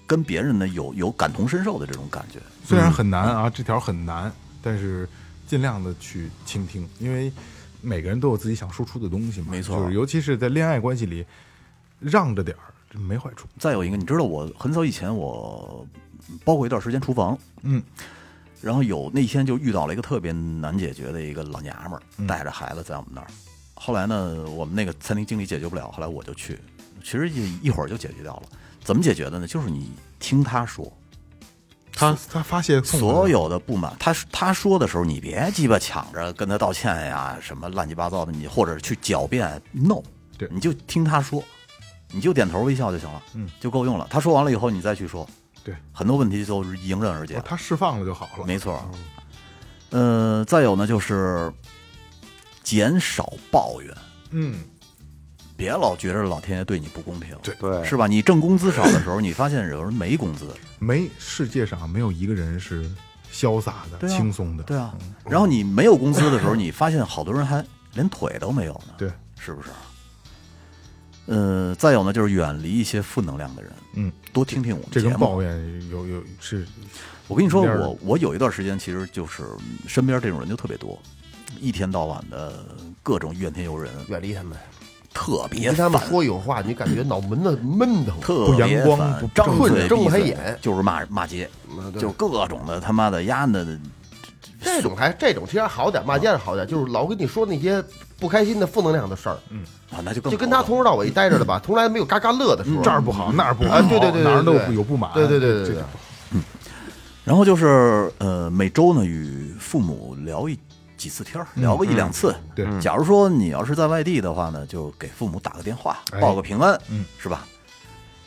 Speaker 5: 跟别人呢有有感同身受的这种感觉。
Speaker 3: 虽然很难啊，这条很难，但是尽量的去倾听，因为每个人都有自己想说出的东西嘛。
Speaker 5: 没错
Speaker 3: 就是尤其是在恋爱关系里，让着点儿这没坏处。
Speaker 5: 再有一个，你知道我很早以前我包过一段时间厨房，
Speaker 3: 嗯，
Speaker 5: 然后有那天就遇到了一个特别难解决的一个老娘们儿，带着孩子在我们那儿。后来呢，我们那个餐厅经理解决不了，后来我就去，其实一一会儿就解决掉了。怎么解决的呢？就是你听他说，
Speaker 3: 他他发泄痛苦
Speaker 5: 所有的不满，他他说的时候，你别鸡巴抢着跟他道歉呀，什么乱七八糟的，你或者去狡辩，no，
Speaker 3: 对
Speaker 5: 你就听他说，你就点头微笑就行了，
Speaker 3: 嗯，
Speaker 5: 就够用了。他说完了以后，你再去说，
Speaker 3: 对，
Speaker 5: 很多问题都是迎刃而解
Speaker 3: 哦，他释放了就好了。嗯
Speaker 5: 没错。呃，再有呢，就是减少抱怨，
Speaker 3: 嗯，
Speaker 5: 别老觉着老天爷对你不公平，对
Speaker 7: 对
Speaker 5: 是吧？你挣工资少的时候，你发现有人没工资，
Speaker 3: 没世界上没有一个人是潇洒的、
Speaker 5: 对啊
Speaker 3: 轻松的。
Speaker 5: 对啊。然后你没有工资的时候，你发现好多人还连腿都没有呢，
Speaker 3: 对，
Speaker 5: 是不是？呃，再有呢，就是远离一些负能量的人，
Speaker 3: 嗯，
Speaker 5: 多听听我们
Speaker 3: 这
Speaker 5: 节
Speaker 3: 跟
Speaker 5: 目。
Speaker 3: 抱怨有有是
Speaker 5: 我跟你说，
Speaker 3: 有点儿
Speaker 5: 我我有一段时间其实就是嗯身边这种人就特别多，一天到晚的各种怨天尤人，
Speaker 4: 远离他们，
Speaker 5: 特
Speaker 4: 你
Speaker 5: 别
Speaker 4: 跟他
Speaker 5: 烦
Speaker 4: 们说有话，你感觉脑门子闷得慌。
Speaker 5: 特别
Speaker 3: 阳光
Speaker 5: 烦
Speaker 3: 不
Speaker 5: 张
Speaker 4: 正
Speaker 5: 嘴
Speaker 4: 正
Speaker 5: 闭
Speaker 4: 不开
Speaker 5: 嘴
Speaker 4: 眼
Speaker 5: 就是骂骂街，
Speaker 4: 嗯对
Speaker 5: 就是各种的他妈的丫的，
Speaker 4: 这种还这种其实好点，骂街是好点，就是老跟你说那些不开心的负能量的事儿，
Speaker 5: 啊，那就更
Speaker 4: 就跟他
Speaker 5: 头疼
Speaker 4: 从头到尾待着的吧，从来没有嘎嘎乐的
Speaker 5: 嗯
Speaker 4: 时候。
Speaker 3: 这儿不好那儿不好，
Speaker 4: 啊对对对对
Speaker 3: 哪儿都
Speaker 4: 对对
Speaker 3: 有不满。
Speaker 4: 对对对对
Speaker 3: 这
Speaker 4: 对对
Speaker 5: 然后就是呃，每周呢与父母聊一几次天儿，聊个一两次。
Speaker 3: 对嗯
Speaker 5: 假如说你要是在外地的话呢，就给父母打个电话，
Speaker 3: 哎
Speaker 5: 报个平安，
Speaker 3: 嗯，
Speaker 5: 是吧？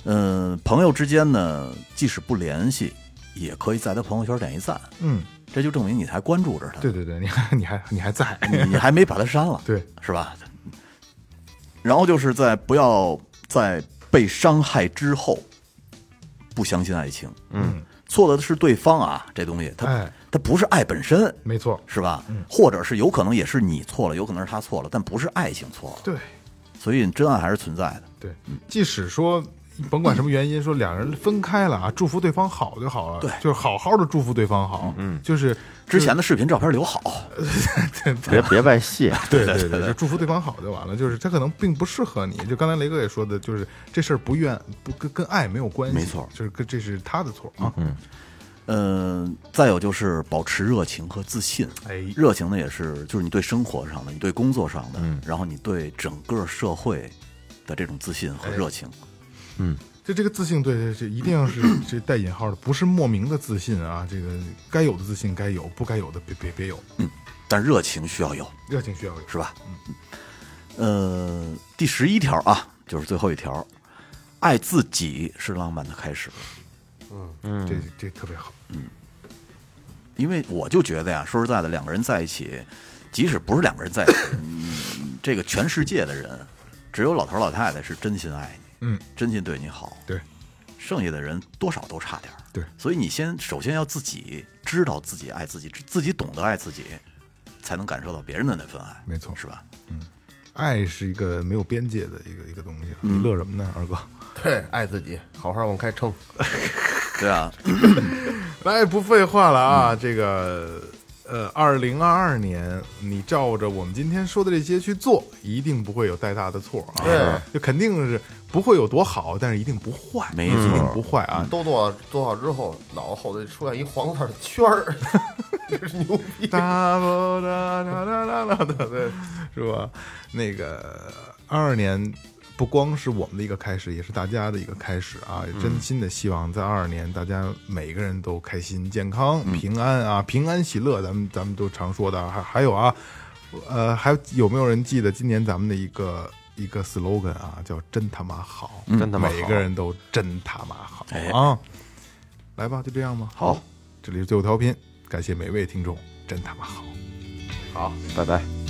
Speaker 5: 嗯，朋友之间呢，即使不联系，也可以在他朋友圈点一赞，
Speaker 3: 嗯，
Speaker 5: 这就证明你还关注着他，
Speaker 3: 对对对，你还你还你还在，
Speaker 5: 你你还没把他删 了，
Speaker 3: 对，
Speaker 5: 是吧？然后就是在不要在被伤害之后不相信爱情，
Speaker 3: 嗯，
Speaker 5: 错的是对方啊，这东西它、
Speaker 3: 哎嗯
Speaker 5: 它不是爱本身，
Speaker 3: 没错，
Speaker 5: 是吧？或者是有可能也是你错了，有可能是他错了，但不是爱情错了，
Speaker 3: 对。
Speaker 5: 所以真爱还是存在的。
Speaker 3: 对，即使说甭管什么原因，说俩人分开了啊，祝福对方好就好了，
Speaker 5: 对
Speaker 3: 就是好好的祝福对方好，嗯，就是
Speaker 5: 之前的视频照片留好，
Speaker 3: 呃
Speaker 7: 别别外泄，
Speaker 3: 对对对，就祝福对方好就完了。就是他可能并不适合你，就刚才雷哥也说的，就是这事儿不怨不跟跟爱没有关系，
Speaker 5: 没错
Speaker 3: 就是跟这是他的错啊，
Speaker 5: 嗯，再有就是保持热情和自信。
Speaker 3: 哎
Speaker 5: 热情呢也是就是你对生活上的，你对工作上的，
Speaker 3: 嗯
Speaker 5: 然后你对整个社会的这种自信
Speaker 3: 哎
Speaker 5: 和热情。
Speaker 3: 就这个自信，对对，这一定是这带引号的，不是莫名的自信啊，这个该有的自信该有，不该有的别别别有，
Speaker 5: 但热情需要有，
Speaker 3: 热情需要有，
Speaker 5: 是吧？呃，第十一条啊，就是最后一条，爱自己是浪漫的开始。嗯
Speaker 3: 这这特别好，
Speaker 5: 因为我就觉得呀，说实在的，两个人在一起，即使不是两个人在一起， 嗯这个全世界的人，只有老头老太太是真心爱你，
Speaker 3: 嗯，
Speaker 5: 真心对你好，
Speaker 3: 对，
Speaker 5: 剩下的人多少都差点儿
Speaker 3: 对
Speaker 5: 所以你先首先要自己知道自己爱自己，自己懂得爱自己，才能感受到别人的那份爱，
Speaker 3: 没错
Speaker 5: 是吧？
Speaker 3: 爱是一个没有边界的一个一个东西啊，
Speaker 5: 嗯
Speaker 3: 你乐什么呢，二哥？
Speaker 4: 对，爱自己，好好往开撑。
Speaker 5: 对啊，
Speaker 3: 来，哎不废话了
Speaker 5: 嗯
Speaker 3: 啊，这个呃，二零二二年，你照着我们今天说的这些去做，一定不会有太大的错啊。
Speaker 4: 对，
Speaker 3: 就肯定是不会有多好，但是一定不坏，
Speaker 5: 没
Speaker 3: 一定
Speaker 5: 错
Speaker 3: 不坏啊。
Speaker 4: 都做好做好之后，脑子后头出现一黄色的圈儿，这是牛逼。
Speaker 3: 哒啵哒哒哒哒哒哒，对，是吧？那个二二年不光是我们的一个开始，也是大家的一个开始啊！也
Speaker 7: 嗯
Speaker 3: 真心的希望在二二年，大家每个人都开心、健康、
Speaker 7: 嗯
Speaker 3: 平安啊，平安喜乐，咱们咱们都常说的啊。还还有啊，呃，还有没有人记得今年咱们的一个？一个 slogan 啊，叫“真他妈好”，
Speaker 7: 嗯真他妈好哎
Speaker 3: 每个人都真他妈好啊！来吧，就这样吧。好，这里是最后调频，感谢每位听众，真他妈好。
Speaker 7: 拜拜。